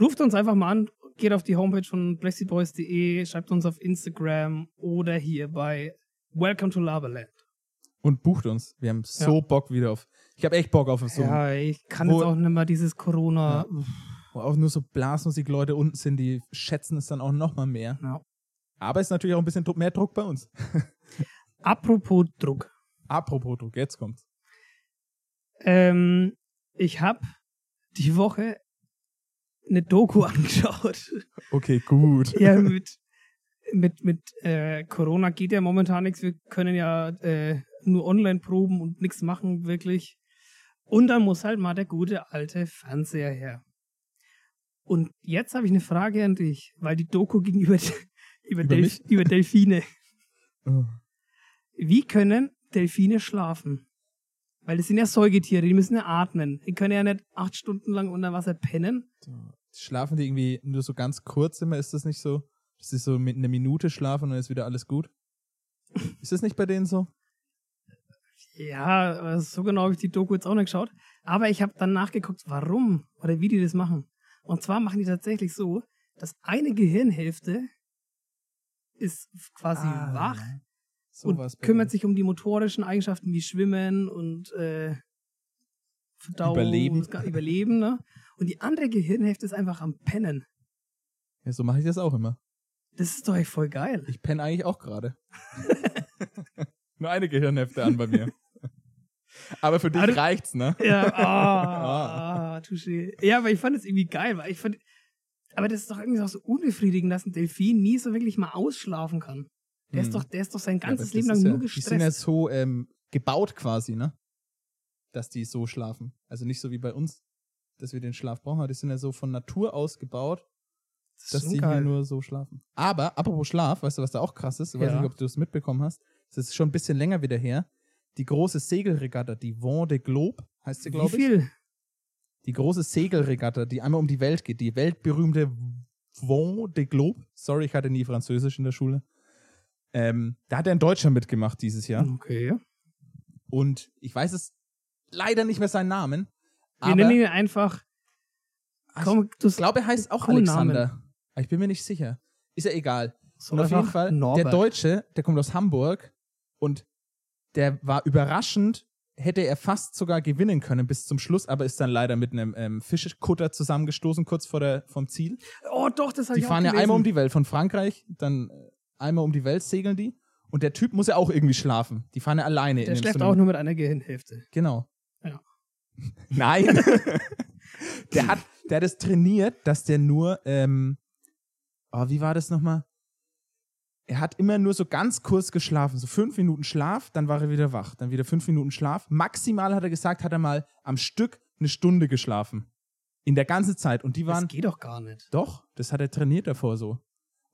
Speaker 1: ruft uns einfach mal an, geht auf die Homepage von blessedboys.de, schreibt uns auf Instagram oder hier bei Welcome to Laberland.
Speaker 2: Und bucht uns. Wir haben so Bock wieder auf. Ich habe echt Bock auf so
Speaker 1: ja, ich kann
Speaker 2: Wo-
Speaker 1: jetzt auch nicht mehr dieses Corona.
Speaker 2: wo auch nur so Blasmusik-Leute unten sind, die schätzen es dann auch nochmal mehr.
Speaker 1: Ja.
Speaker 2: Aber es ist natürlich auch ein bisschen Druck- mehr Druck bei uns.
Speaker 1: Apropos Druck.
Speaker 2: Apropos Druck, jetzt kommt's.
Speaker 1: Ähm, ich habe die Woche eine Doku <laughs> angeschaut.
Speaker 2: Okay, gut.
Speaker 1: ja, <laughs> mit, mit, mit äh, Corona geht ja momentan nichts. Wir können ja äh, nur online proben und nichts machen, wirklich. Und dann muss halt mal der gute alte Fernseher her. Und jetzt habe ich eine Frage an dich, weil die Doku ging über, <laughs> über,
Speaker 2: Über
Speaker 1: Delf,
Speaker 2: mich?
Speaker 1: über Delfine.
Speaker 2: Oh.
Speaker 1: Wie können Delfine schlafen? Weil das sind ja Säugetiere, die müssen ja atmen. Die können ja nicht acht Stunden lang unter Wasser pennen.
Speaker 2: Schlafen die irgendwie nur so ganz kurz immer? Ist das nicht so, dass sie so mit einer Minute schlafen und dann ist wieder alles gut? Ist das nicht bei denen so?
Speaker 1: Ja, aber so genau habe ich die Doku jetzt auch nicht geschaut. Aber ich habe dann nachgeguckt, warum oder wie die das machen. Und zwar machen die tatsächlich so, dass eine Gehirnhälfte ist quasi
Speaker 2: Ah,
Speaker 1: wach
Speaker 2: So was
Speaker 1: und
Speaker 2: bei
Speaker 1: kümmert
Speaker 2: denen.
Speaker 1: sich um die motorischen Eigenschaften wie Schwimmen und äh, Verdauung,
Speaker 2: Überleben.
Speaker 1: und ga- Überleben ne? Und die andere Gehirnhälfte ist einfach am Pennen.
Speaker 2: Ja, so mache ich das auch immer.
Speaker 1: Das ist doch echt voll geil.
Speaker 2: Ich penne eigentlich
Speaker 1: <laughs>
Speaker 2: auch gerade. Nur eine Gehirnhälfte an
Speaker 1: <laughs>
Speaker 2: bei mir. Aber für dich
Speaker 1: Aber du-
Speaker 2: reicht's, ne?
Speaker 1: <laughs> Ja, ah, ah, touché. Ja, aber ich fand es irgendwie geil, weil ich fand. Aber das ist doch irgendwie auch so unbefriedigend, dass ein Delfin nie so wirklich mal ausschlafen kann. Der,
Speaker 2: Hm.
Speaker 1: ist, doch, der ist doch sein
Speaker 2: Ja, aber
Speaker 1: ganzes
Speaker 2: das
Speaker 1: Leben
Speaker 2: ist
Speaker 1: lang
Speaker 2: ja,
Speaker 1: nur
Speaker 2: Die sind ja
Speaker 1: gestresst.
Speaker 2: so ähm, gebaut quasi, ne? Dass die so schlafen. Also nicht so wie bei uns, dass wir den Schlaf brauchen, aber die sind ja so von Natur aus gebaut,
Speaker 1: Das
Speaker 2: dass
Speaker 1: ist
Speaker 2: die
Speaker 1: schon
Speaker 2: hier
Speaker 1: geil.
Speaker 2: nur so schlafen. Aber, apropos Schlaf, weißt du, was da auch krass ist? Ich weiß
Speaker 1: Ja.
Speaker 2: nicht, ob du es mitbekommen hast. Das ist schon ein bisschen länger wieder her. Die große Segelregatta, die Vendée Globe, heißt sie,
Speaker 1: Wie
Speaker 2: glaube ich.
Speaker 1: viel?
Speaker 2: Die große Segelregatta, die einmal um die Welt geht, die weltberühmte Vendée Globe. Sorry, ich hatte nie Französisch in der Schule. Ähm, da hat er in Deutschland mitgemacht dieses Jahr.
Speaker 1: Okay. Wir
Speaker 2: Und ich weiß es leider nicht mehr seinen Namen. Aber also,
Speaker 1: nennen ihn einfach.
Speaker 2: ich
Speaker 1: Komm, du
Speaker 2: glaube, er heißt auch
Speaker 1: Coolen
Speaker 2: Alexander. Aber Ich bin mir nicht sicher. Ist ja egal.
Speaker 1: so
Speaker 2: Und auf jeden
Speaker 1: einfach
Speaker 2: Fall, der
Speaker 1: Norbert.
Speaker 2: Deutsche, der kommt aus Hamburg und der war überraschend, hätte er fast sogar gewinnen können bis zum Schluss, aber ist dann leider mit einem ähm, Fischkutter zusammengestoßen, kurz vor der, vom Ziel.
Speaker 1: Oh, doch, das habe
Speaker 2: Die
Speaker 1: ich auch
Speaker 2: fahren ja
Speaker 1: gelesen.
Speaker 2: einmal um die Welt von Frankreich, dann äh, einmal um die Welt segeln die. Und der Typ muss ja auch irgendwie schlafen. Die fahren ja alleine in
Speaker 1: Der
Speaker 2: dem
Speaker 1: schläft
Speaker 2: so einem-
Speaker 1: auch nur mit einer Gehirnhälfte.
Speaker 2: Genau.
Speaker 1: Ja.
Speaker 2: <laughs> Nein. der, hat, der hat es trainiert, dass der nur, ähm, oh, wie war das nochmal? Er hat immer nur so ganz kurz geschlafen, so fünf Minuten Schlaf, dann war er wieder wach, dann wieder fünf Minuten Schlaf. Maximal hat er gesagt, hat er mal am Stück eine Stunde geschlafen. In der ganzen Zeit. Und die waren,
Speaker 1: Das geht doch gar nicht.
Speaker 2: doch, das hat er trainiert davor so.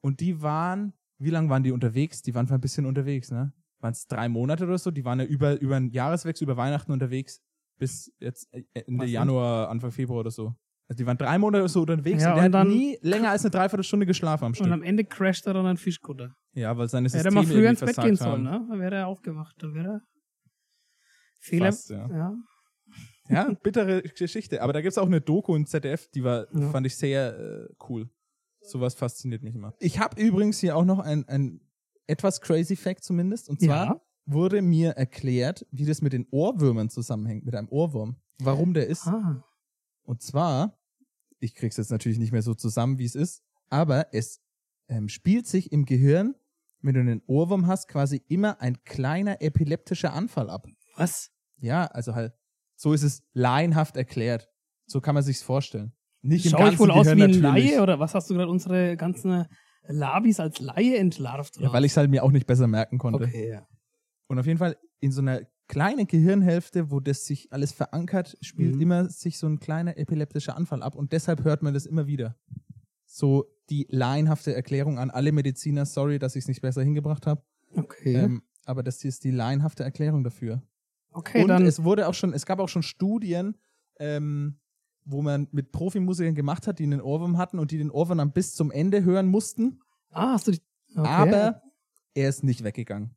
Speaker 2: Und die waren, wie lange waren die unterwegs? Die waren ein bisschen unterwegs, ne? Waren es drei Monate oder so? Die waren ja über, über den Jahreswechsel, über Weihnachten unterwegs bis jetzt äh, Ende
Speaker 1: Was
Speaker 2: Januar, Anfang Februar oder so. Also die waren drei Monate oder so unterwegs
Speaker 1: Ja,
Speaker 2: und der
Speaker 1: und
Speaker 2: hat
Speaker 1: dann-
Speaker 2: nie länger als eine Dreiviertelstunde geschlafen am
Speaker 1: Und
Speaker 2: Stück.
Speaker 1: am Ende crasht er dann ein Fischkutter.
Speaker 2: Ja, weil seine
Speaker 1: Hätte er
Speaker 2: Systeme
Speaker 1: mal früher
Speaker 2: irgendwie
Speaker 1: ins Bett
Speaker 2: versagt
Speaker 1: gehen sollen,
Speaker 2: haben.
Speaker 1: ne? Dann wäre er aufgewacht. Dann wäre er. Fehler.
Speaker 2: Fast, ja.
Speaker 1: ja. ja.
Speaker 2: Ja, bittere Geschichte. Aber da gibt's auch eine Doku in ZDF, die war,
Speaker 1: Ja.
Speaker 2: fand ich sehr äh, cool. Sowas fasziniert mich immer. Ich habe übrigens hier auch noch ein, ein etwas crazy Fact zumindest. Und zwar
Speaker 1: Ja.
Speaker 2: wurde mir erklärt, wie das mit den Ohrwürmern zusammenhängt, mit einem Ohrwurm. Warum der ist.
Speaker 1: Ah.
Speaker 2: Und zwar, ich krieg's jetzt natürlich nicht mehr so zusammen, wie es ist, aber es ähm, spielt sich im Gehirn, wenn du einen Ohrwurm hast, quasi immer ein kleiner epileptischer Anfall ab.
Speaker 1: Was?
Speaker 2: Ja, also halt, so ist es laienhaft erklärt. So kann man sich's vorstellen. Nicht im
Speaker 1: Schau
Speaker 2: ganzen
Speaker 1: ich wohl aus
Speaker 2: Gehirn
Speaker 1: wie ein
Speaker 2: natürlich.
Speaker 1: Laie oder was hast du gerade unsere ganzen äh, Labis als Laie entlarvt?
Speaker 2: Ja, weil ich es halt mir auch nicht besser merken konnte.
Speaker 1: Okay, ja.
Speaker 2: Und auf jeden Fall in so einer kleinen Gehirnhälfte, wo das sich alles verankert, spielt
Speaker 1: Mhm.
Speaker 2: immer sich so ein kleiner epileptischer Anfall ab und deshalb hört man das immer wieder. So die laienhafte Erklärung an alle Mediziner, sorry, dass ich es nicht besser hingebracht habe,
Speaker 1: Okay,
Speaker 2: ähm, aber das hier ist die laienhafte Erklärung dafür.
Speaker 1: okay
Speaker 2: und
Speaker 1: dann.
Speaker 2: es wurde auch schon, es gab auch schon Studien, ähm, wo man mit Profimusikern gemacht hat, die einen Ohrwurm hatten und die den Ohrwurm dann bis zum Ende hören mussten,
Speaker 1: ah, hast du dich. Okay.
Speaker 2: aber er ist nicht weggegangen.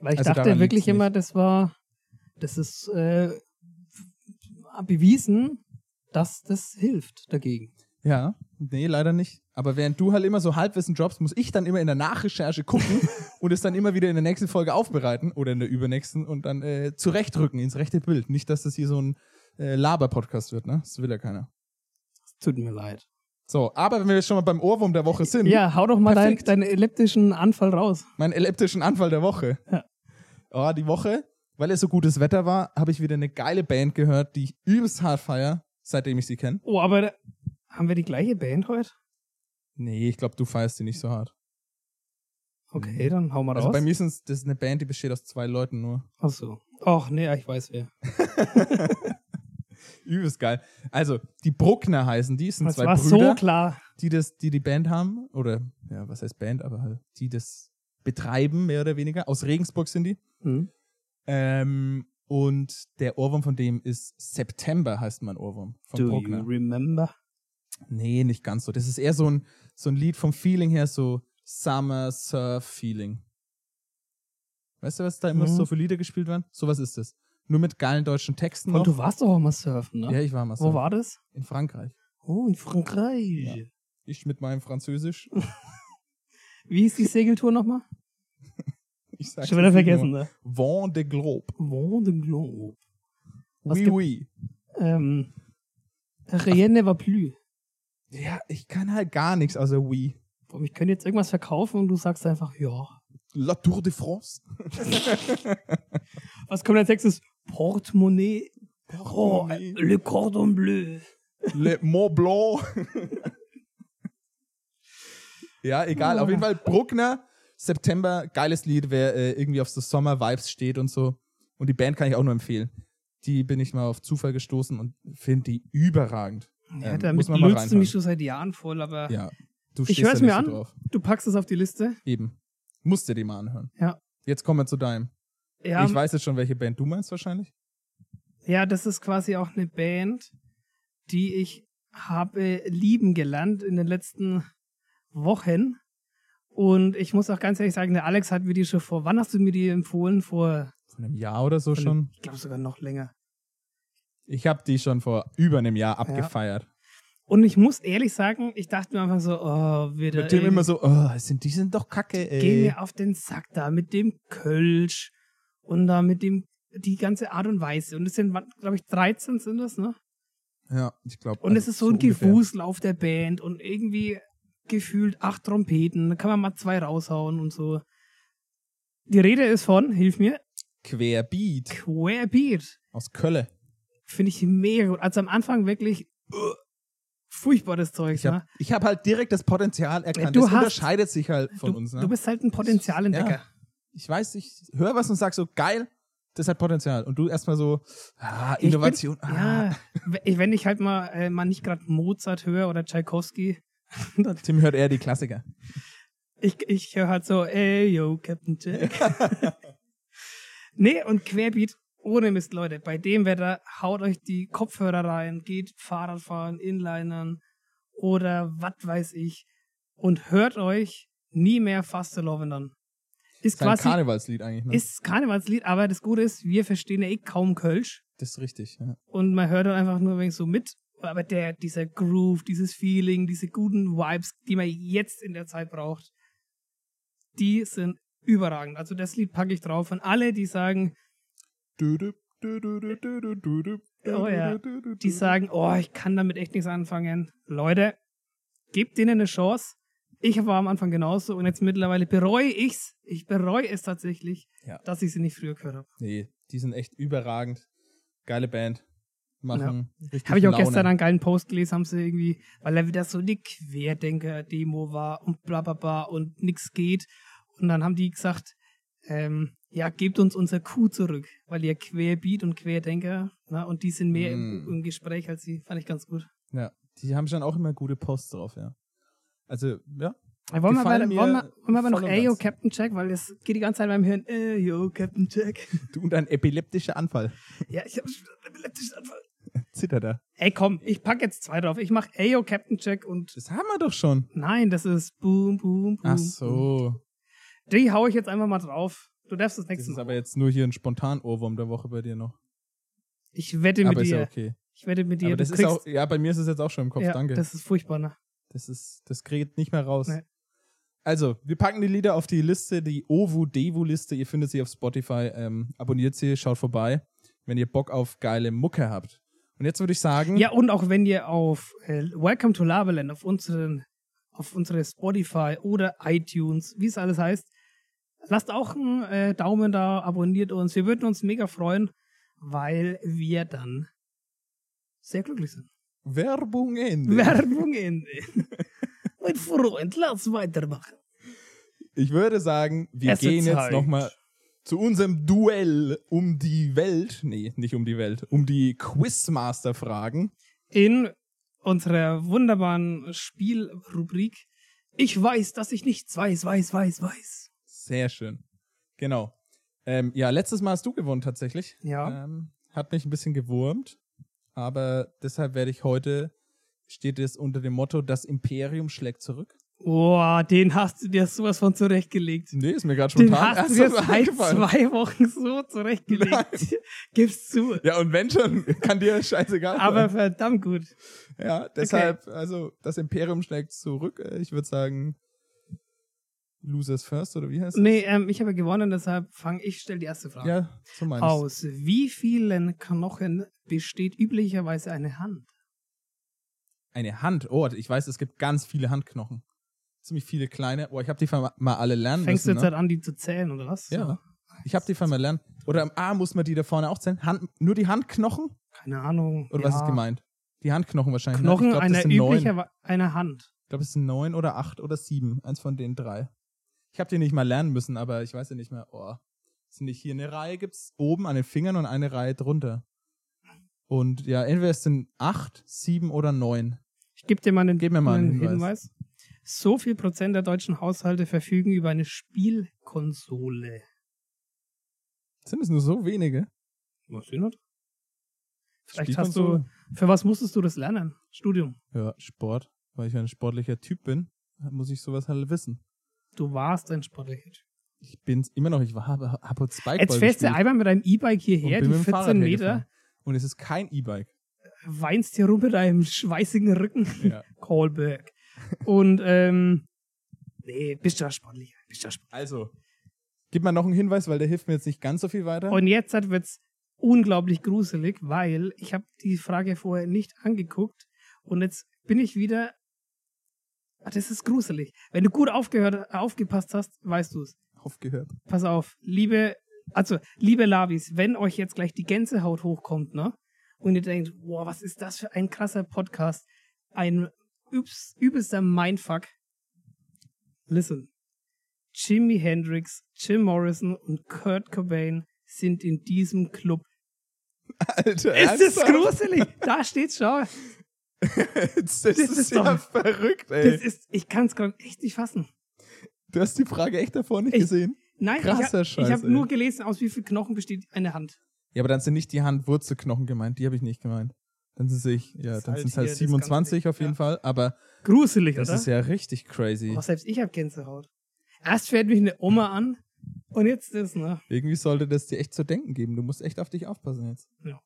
Speaker 1: Weil ich
Speaker 2: also daran
Speaker 1: dachte wirklich
Speaker 2: liegt's nicht.
Speaker 1: immer, das war. Das ist äh, bewiesen, dass das hilft dagegen.
Speaker 2: Ja, nee, leider nicht. Aber während du halt immer so Halbwissen droppst, muss ich dann immer in der Nachrecherche gucken
Speaker 1: <laughs>
Speaker 2: und es dann immer wieder in der nächsten Folge aufbereiten oder in der übernächsten und dann äh, zurechtrücken ins rechte Bild. Nicht, dass das hier so ein äh, Laber-Podcast wird, ne? Das will ja keiner.
Speaker 1: Es tut mir leid.
Speaker 2: So, aber wenn wir jetzt schon mal beim Ohrwurm der Woche sind,
Speaker 1: Ja, hau doch mal dein,
Speaker 2: Perfekt.
Speaker 1: deinen elliptischen Anfall raus.
Speaker 2: meinen elliptischen Anfall der Woche.
Speaker 1: Ja.
Speaker 2: Oh, die Woche, weil es so gutes Wetter war, habe ich wieder eine geile Band gehört, die ich übelst hart feier, seitdem ich sie kenne.
Speaker 1: Oh, aber da, haben wir die gleiche Band heute?
Speaker 2: Nee, ich glaube, du feierst sie nicht so hart.
Speaker 1: Okay, dann hau mal
Speaker 2: Also
Speaker 1: raus.
Speaker 2: bei mir sind's, das ist eine Band, die besteht aus zwei Leuten nur.
Speaker 1: Ach so. Ach nee, ich weiß wer.
Speaker 2: Übelst geil. Also, die Bruckner heißen die, es sind
Speaker 1: Das
Speaker 2: zwei
Speaker 1: war
Speaker 2: Brüder,
Speaker 1: so klar.
Speaker 2: die das, die die Band haben, oder, ja, was heißt Band, aber halt, die das betreiben, mehr oder weniger. Aus Regensburg sind die.
Speaker 1: Hm.
Speaker 2: Ähm, und der Ohrwurm von dem ist September, heißt mein Ohrwurm. Von
Speaker 1: Do you
Speaker 2: Bruckner.
Speaker 1: remember?
Speaker 2: Nee, nicht ganz so. Das ist eher so ein, so ein Lied vom Feeling her, so Summer Surf Feeling. Weißt du, was da immer
Speaker 1: Mhm.
Speaker 2: so für Lieder gespielt werden? Sowas ist es. Nur mit geilen deutschen Texten
Speaker 1: Und
Speaker 2: noch.
Speaker 1: du warst doch auch mal surfen, ne?
Speaker 2: ja, ich war mal
Speaker 1: Wo
Speaker 2: surfen.
Speaker 1: war das?
Speaker 2: In Frankreich.
Speaker 1: Oh, in Frankreich.
Speaker 2: Ja. Ich mit meinem Französisch. <laughs>
Speaker 1: Wie hieß die Segeltour nochmal?
Speaker 2: Ich sag's
Speaker 1: Schon wieder
Speaker 2: nicht
Speaker 1: vergessen,
Speaker 2: nur.
Speaker 1: ne?
Speaker 2: Vent de Globe.
Speaker 1: Vendenglobe. Was
Speaker 2: Oui,
Speaker 1: gibt-
Speaker 2: oui.
Speaker 1: Ähm, Rien ne va plus.
Speaker 2: Ja, ich kann halt gar nichts außer oui.
Speaker 1: Boah, ich könnte jetzt irgendwas verkaufen und du sagst einfach, ja.
Speaker 2: La Tour de France.
Speaker 1: Was kommt als nächstes? Portemonnaie. Oh,
Speaker 2: Portemonnaie. Ähm,
Speaker 1: le cordon bleu.
Speaker 2: Le Mont Blanc. ja, egal. Auf jeden Fall Bruckner, September, geiles Lied, wer äh, irgendwie auf so Sommer-Vibes steht und so. Und die Band kann ich auch nur empfehlen. Die bin ich mal auf Zufall gestoßen und finde die überragend.
Speaker 1: Ja,
Speaker 2: Ähm,
Speaker 1: damit löst du mich schon seit Jahren voll, aber
Speaker 2: reinhören. Ja, du
Speaker 1: Ich
Speaker 2: stehst
Speaker 1: hör's
Speaker 2: da
Speaker 1: mir
Speaker 2: nicht
Speaker 1: an.
Speaker 2: so drauf.
Speaker 1: du packst es auf die Liste.
Speaker 2: Eben. Musst dir die mal anhören.
Speaker 1: Ja.
Speaker 2: Jetzt kommen wir zu deinem.
Speaker 1: Ja,
Speaker 2: ich weiß jetzt schon, welche Band du meinst wahrscheinlich.
Speaker 1: ja, das ist quasi auch eine Band, die ich habe lieben gelernt in den letzten Wochen. Und ich muss auch ganz ehrlich sagen, der Alex hat mir die schon vor, wann hast du mir die empfohlen? Vor,
Speaker 2: Von einem Jahr oder so
Speaker 1: von-
Speaker 2: schon.
Speaker 1: ich glaube sogar noch länger.
Speaker 2: Ich habe die schon vor über einem Jahr abgefeiert.
Speaker 1: Und ich muss ehrlich sagen, ich dachte mir einfach so, oh, wieder.
Speaker 2: Mit dem
Speaker 1: ey,
Speaker 2: immer so, oh, sind, die sind doch kacke, ey.
Speaker 1: Geh mir auf den Sack da mit dem Kölsch und da mit dem, die ganze Art und Weise. Und es sind, glaube ich, 13 sind das, ne?
Speaker 2: Ja, ich also glaube.
Speaker 1: Und es ist so ein Gefußlauf der Band und irgendwie gefühlt acht Trompeten. Da kann man mal zwei raushauen und so. Die Rede ist von, hilf mir,
Speaker 2: Querbeat
Speaker 1: Querbeat.
Speaker 2: aus Kölle.
Speaker 1: Finde ich mega gut. Also am Anfang wirklich uh, furchtbar das Zeug,
Speaker 2: Ich habe
Speaker 1: ne?
Speaker 2: ich hab halt direkt das Potenzial erkannt.
Speaker 1: Du
Speaker 2: das
Speaker 1: hast-
Speaker 2: unterscheidet sich halt von
Speaker 1: du,
Speaker 2: uns. Ne?
Speaker 1: du bist halt ein Potenzialentdecker.
Speaker 2: ich weiß, ich höre was und sag so, geil, das hat Potenzial. Und du erstmal so, ah,
Speaker 1: Ich bin-
Speaker 2: Innovation. ah.
Speaker 1: Ja, we- wenn ich halt mal, äh, mal nicht gerade Mozart höre oder Tchaikovsky, dann
Speaker 2: ah. Tim hört eher die Klassiker.
Speaker 1: ich, ich höre halt so, ey, yo, Captain Jack. nee, und Querbeat, ohne Mist, Leute, bei dem Wetter haut euch die Kopfhörer rein, geht Fahrrad fahren, Inlinern oder was weiß ich und hört euch nie mehr Faste Loven an. Ist
Speaker 2: Sein
Speaker 1: quasi,
Speaker 2: Karnevalslied eigentlich. Ne?
Speaker 1: ist Karnevalslied, aber das Gute ist, wir verstehen ja eh kaum Kölsch.
Speaker 2: das ist richtig. Ja.
Speaker 1: und man hört dann einfach nur wenig so mit. Aber der, dieser Groove, dieses Feeling, diese guten Vibes, die man jetzt in der Zeit braucht, die sind überragend. Also das Lied packe ich drauf. Und alle, die sagen,
Speaker 2: Oh
Speaker 1: Oh ja, die
Speaker 2: Mhm.
Speaker 1: sagen, oh, ich kann damit echt nichts anfangen. Leute, gebt denen eine Chance. Ich war am Anfang genauso und jetzt mittlerweile bereue ich's. Ich bereue es tatsächlich,
Speaker 2: Ja.
Speaker 1: dass ich sie nicht früher gehört habe.
Speaker 2: Nee, die sind echt überragend. Geile Band. Machen. richtig
Speaker 1: Habe ich auch
Speaker 2: Laune.
Speaker 1: gestern einen geilen Post gelesen, haben sie irgendwie, weil er wieder so eine Querdenker-Demo war und bla bla bla und nix geht. Und dann haben die gesagt, ähm, ja, gebt uns unser Kuh zurück, weil ihr Querbeat und Querdenker, na, und die sind mehr im,
Speaker 2: Mm.
Speaker 1: im Gespräch als sie. Fand ich ganz gut.
Speaker 2: Ja, die haben schon auch immer gute Posts drauf, ja. Also, ja.
Speaker 1: Äh, Wollen wir,
Speaker 2: Gefallen
Speaker 1: aber,
Speaker 2: mir
Speaker 1: wollen, wir, wollen wir aber noch
Speaker 2: voll und
Speaker 1: Ayo
Speaker 2: ganz.
Speaker 1: Captain Jack, weil es geht die ganze Zeit beim Hirn, Ayo Captain
Speaker 2: <laughs>
Speaker 1: Jack.
Speaker 2: Du und ein epileptischer Anfall.
Speaker 1: ja, ich habe einen epileptischen Anfall.
Speaker 2: Zittert er.
Speaker 1: Ey, komm, ich pack jetzt zwei drauf. Ich mach Ayo Captain Jack und
Speaker 2: Das haben wir doch schon. Mhm.
Speaker 1: nein, das ist Boom, Boom, Boom.
Speaker 2: Ach so.
Speaker 1: Die hau ich jetzt einfach mal drauf. Du darfst das
Speaker 2: Das
Speaker 1: nächste
Speaker 2: ist
Speaker 1: Mal.
Speaker 2: aber jetzt nur hier ein Spontan-Ohrwurm der Woche bei dir noch.
Speaker 1: Ich wette mit
Speaker 2: aber ist
Speaker 1: dir.
Speaker 2: ja okay.
Speaker 1: Ich wette mit dir. du
Speaker 2: aber das ist
Speaker 1: kriegst,
Speaker 2: auch, ja, bei mir ist es jetzt auch schon im Kopf,
Speaker 1: ja,
Speaker 2: danke. Das,
Speaker 1: Das ist furchtbar, ne?
Speaker 2: ist, das kriegt nicht mehr raus.
Speaker 1: Nee.
Speaker 2: Also, wir packen die Lieder auf die Liste, die OVU-DEVU-Liste. Ihr findet sie auf Spotify. Ähm, abonniert sie, schaut vorbei, wenn ihr Bock auf geile Mucke habt. Und jetzt würde ich sagen,
Speaker 1: Ja, und auch wenn ihr auf äh, Welcome to Labeland, auf unseren, auf unsere Spotify oder iTunes, wie es alles heißt, lasst auch einen äh, Daumen da, abonniert uns. Wir würden uns mega freuen, weil wir dann sehr glücklich sind.
Speaker 2: Werbung Ende.
Speaker 1: Werbung Ende. <laughs> mein Freund, lass weitermachen.
Speaker 2: Ich würde sagen, wir
Speaker 1: Es ist
Speaker 2: gehen jetzt
Speaker 1: Zeit.
Speaker 2: nochmal zu unserem Duell um die Welt. Nee, nicht um die Welt. Um die Quizmaster-Fragen.
Speaker 1: in unserer wunderbaren Spielrubrik Ich weiß, dass ich nichts weiß, weiß, weiß, weiß.
Speaker 2: Sehr schön. Genau. Ähm, ja, letztes Mal hast du gewonnen tatsächlich.
Speaker 1: Ja.
Speaker 2: Ähm, hat mich ein bisschen gewurmt, aber deshalb werde ich heute, steht es unter dem Motto, das Imperium schlägt zurück.
Speaker 1: Boah, den hast du dir sowas von zurechtgelegt.
Speaker 2: Nee, ist mir gerade
Speaker 1: Den
Speaker 2: spontan
Speaker 1: hast du dir
Speaker 2: erst so
Speaker 1: seit
Speaker 2: eingefallen.
Speaker 1: zwei Wochen so zurechtgelegt. <laughs> Gib's zu.
Speaker 2: Ja, und wenn schon, <laughs> kann dir scheißegal
Speaker 1: Aber verdammt gut.
Speaker 2: sein. Ja, deshalb, also, das Imperium schlägt zurück. Äh, Ich würde sagen, Losers First, oder wie heißt
Speaker 1: Nee, ähm, ich habe gewonnen, deshalb fange ich, stell die erste Frage.
Speaker 2: Ja, so meinst
Speaker 1: Aus wie vielen Knochen besteht üblicherweise eine Hand?
Speaker 2: Eine Hand. Oh, ich weiß, es gibt ganz viele Handknochen. Ziemlich viele kleine. Oh, ich habe die ver- mal alle lernen
Speaker 1: Fängst du
Speaker 2: müssen.
Speaker 1: jetzt halt an, die zu zählen, oder was?
Speaker 2: ne? Ja. Ich habe die ver- mal lernen. Oder am A muss man die da vorne auch zählen. Hand, nur die Handknochen?
Speaker 1: Keine Ahnung.
Speaker 2: Oder
Speaker 1: ja.
Speaker 2: was ist gemeint? Die Handknochen wahrscheinlich. ne?
Speaker 1: Knochen
Speaker 2: ich glaub, das
Speaker 1: einer
Speaker 2: sind neun.
Speaker 1: üblicher einer Hand.
Speaker 2: Ich glaube, es sind neun oder acht oder sieben. Eins von den drei. Ich habe die nicht mal lernen müssen, aber ich weiß ja nicht mehr. Oh, sind nicht hier eine Reihe? Gibt's oben an den Fingern und eine Reihe drunter. Und ja, entweder es sind acht, sieben oder neun.
Speaker 1: Ich gebe dir mal einen,
Speaker 2: Gib mir mal einen
Speaker 1: einen
Speaker 2: Hinweis.
Speaker 1: Hinweis. So viel Prozent der deutschen Haushalte verfügen über eine Spielkonsole.
Speaker 2: Sind es nur so wenige?
Speaker 1: Was sind das? Vielleicht hast du.
Speaker 2: Spielkonsole?
Speaker 1: Für was musstest du das lernen? Studium.
Speaker 2: Ja, Sport. Weil ich ein sportlicher Typ bin, muss ich sowas halt wissen.
Speaker 1: Du warst ein sportlicher Typ.
Speaker 2: Ich bin's immer noch. Ich war, habe hab heute Spikeball
Speaker 1: Jetzt fährst du
Speaker 2: gespielt
Speaker 1: einmal mit deinem E-Bike
Speaker 2: und
Speaker 1: hierher,
Speaker 2: bin
Speaker 1: die
Speaker 2: mit dem Fahrrad
Speaker 1: 14
Speaker 2: hergefahren.
Speaker 1: Meter,
Speaker 2: Und es ist kein E-Bike.
Speaker 1: weinst hier rum mit deinem schweißigen Rücken.
Speaker 2: Ja.
Speaker 1: Callback. Und, ähm, nee, bist du ein sportlicher. Bist du ein
Speaker 2: Also, gib mal noch einen Hinweis, weil der hilft mir jetzt nicht ganz so viel weiter.
Speaker 1: <laughs> Und jetzt halt wird's unglaublich gruselig, weil ich habe die Frage vorher nicht angeguckt und jetzt bin ich wieder. Ah, das ist gruselig. Wenn du gut aufgehört, äh, aufgepasst hast, weißt du's.
Speaker 2: Aufgehört.
Speaker 1: Pass auf, liebe, also liebe Labis, wenn euch jetzt gleich die Gänsehaut hochkommt, ne? Und ihr denkt, boah, was ist das für ein krasser Podcast, ein übs, übelster Mindfuck. Listen. Jimi Hendrix, Jim Morrison und Kurt Cobain sind in diesem Club.
Speaker 2: Alter,
Speaker 1: Ist das
Speaker 2: ernsthaft?
Speaker 1: gruselig? Da steht's, schau.
Speaker 2: <laughs> Das, das ist,
Speaker 1: ist
Speaker 2: ja
Speaker 1: doch-
Speaker 2: verrückt, ey.
Speaker 1: Das ist, ich kann es gerade echt nicht fassen.
Speaker 2: du hast die Frage echt davor nicht
Speaker 1: Ich-
Speaker 2: gesehen.
Speaker 1: Nein,
Speaker 2: Krasser
Speaker 1: ich
Speaker 2: Scheiß,
Speaker 1: habe hab
Speaker 2: ey.
Speaker 1: nur gelesen, aus wie viel Knochen besteht eine Hand.
Speaker 2: Ja, aber dann sind nicht die Handwurzelknochen gemeint, die habe ich nicht gemeint. Dann sind sich, ja,
Speaker 1: Das
Speaker 2: dann
Speaker 1: halt
Speaker 2: sind es halt
Speaker 1: hier das
Speaker 2: 27
Speaker 1: ganze
Speaker 2: auf jeden
Speaker 1: Ding,
Speaker 2: Fall, aber
Speaker 1: Gruselig,
Speaker 2: das
Speaker 1: oder?
Speaker 2: ist ja richtig crazy.
Speaker 1: Aber Oh, selbst ich hab Gänsehaut. Erst fährt mich eine Oma
Speaker 2: Hm.
Speaker 1: an und jetzt das, ne?
Speaker 2: Irgendwie sollte das dir echt zu denken geben. Du musst echt auf dich aufpassen jetzt.
Speaker 1: Ja.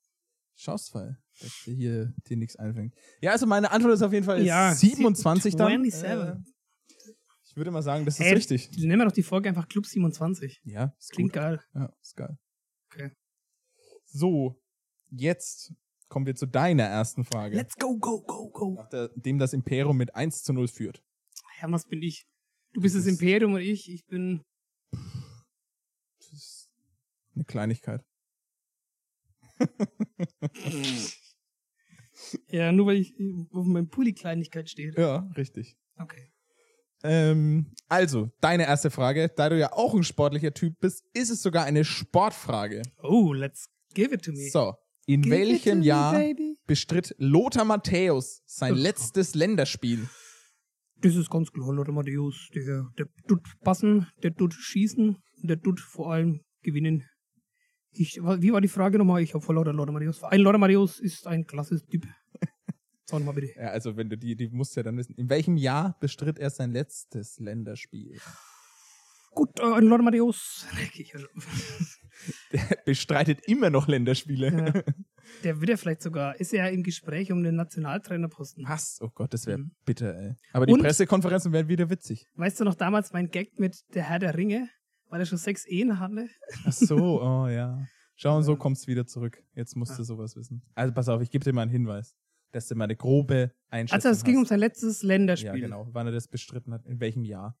Speaker 2: Schaust mal, dass dir hier dir nichts einfängt. Ja, also meine Antwort ist auf jeden Fall
Speaker 1: Ja,
Speaker 2: 27 dann.
Speaker 1: 27.
Speaker 2: Äh, ich würde mal sagen, das ist
Speaker 1: Ey,
Speaker 2: richtig.
Speaker 1: Nennen wir doch die Folge einfach Club 27.
Speaker 2: Ja, ist
Speaker 1: Klingt
Speaker 2: gut.
Speaker 1: geil.
Speaker 2: Ja, ist geil.
Speaker 1: Okay.
Speaker 2: So, jetzt kommen wir zu deiner ersten Frage.
Speaker 1: Let's go, go, go, go.
Speaker 2: Nachdem das Imperium mit 1 zu 0 führt.
Speaker 1: Ja, was bin ich? Du bist
Speaker 2: Du
Speaker 1: das
Speaker 2: bist-
Speaker 1: Imperium und ich, ich bin.
Speaker 2: Das ist eine Kleinigkeit.
Speaker 1: Ja, nur weil ich auf meinem Pulli Kleinigkeit stehe.
Speaker 2: Ja, richtig.
Speaker 1: Okay.
Speaker 2: Ähm, also, deine erste Frage. Da du ja auch ein sportlicher Typ bist, ist es sogar eine Sportfrage.
Speaker 1: Oh, let's give it to me.
Speaker 2: So, in
Speaker 1: Give it to
Speaker 2: welchem
Speaker 1: me,
Speaker 2: Jahr
Speaker 1: baby.
Speaker 2: bestritt Lothar Matthäus sein
Speaker 1: Uff.
Speaker 2: letztes Länderspiel?
Speaker 1: Das ist ganz klar, Lothar Matthäus. Der, der tut passen, der tut schießen, der tut vor allem gewinnen. Ich, wa- wie war die Frage nochmal? Ich habe voll lauter Lothar Matthäus. Ein Lothar Matthäus ist ein klasse Typ. Sag nochmal bitte.
Speaker 2: Ja, also wenn du die, die musst du ja dann wissen. In welchem Jahr bestritt er sein letztes Länderspiel? <laughs>
Speaker 1: Gut, äh, ein Lothar Matthäus. <laughs> halt
Speaker 2: Der bestreitet immer noch Länderspiele.
Speaker 1: Ja. Der wird ja vielleicht sogar, ist ja im Gespräch um den Nationaltrainerposten.
Speaker 2: Was? Oh Gott, das wäre
Speaker 1: Mhm.
Speaker 2: bitter, ey. Aber die
Speaker 1: Und-
Speaker 2: Pressekonferenzen wären wieder witzig.
Speaker 1: Weißt du noch damals mein Gag mit der Herr der Ringe? Weil er schon sechs Ehen hatte.
Speaker 2: Ach so, oh ja. Schau, und so
Speaker 1: Ja.
Speaker 2: kommst wieder zurück. Jetzt musst
Speaker 1: Ja.
Speaker 2: du sowas wissen. Also pass auf, ich gebe dir mal einen Hinweis, dass du mal eine grobe Einschätzung
Speaker 1: Also es ging
Speaker 2: hast.
Speaker 1: um sein letztes Länderspiel.
Speaker 2: Ja, genau, wann er das bestritten hat, in welchem Jahr.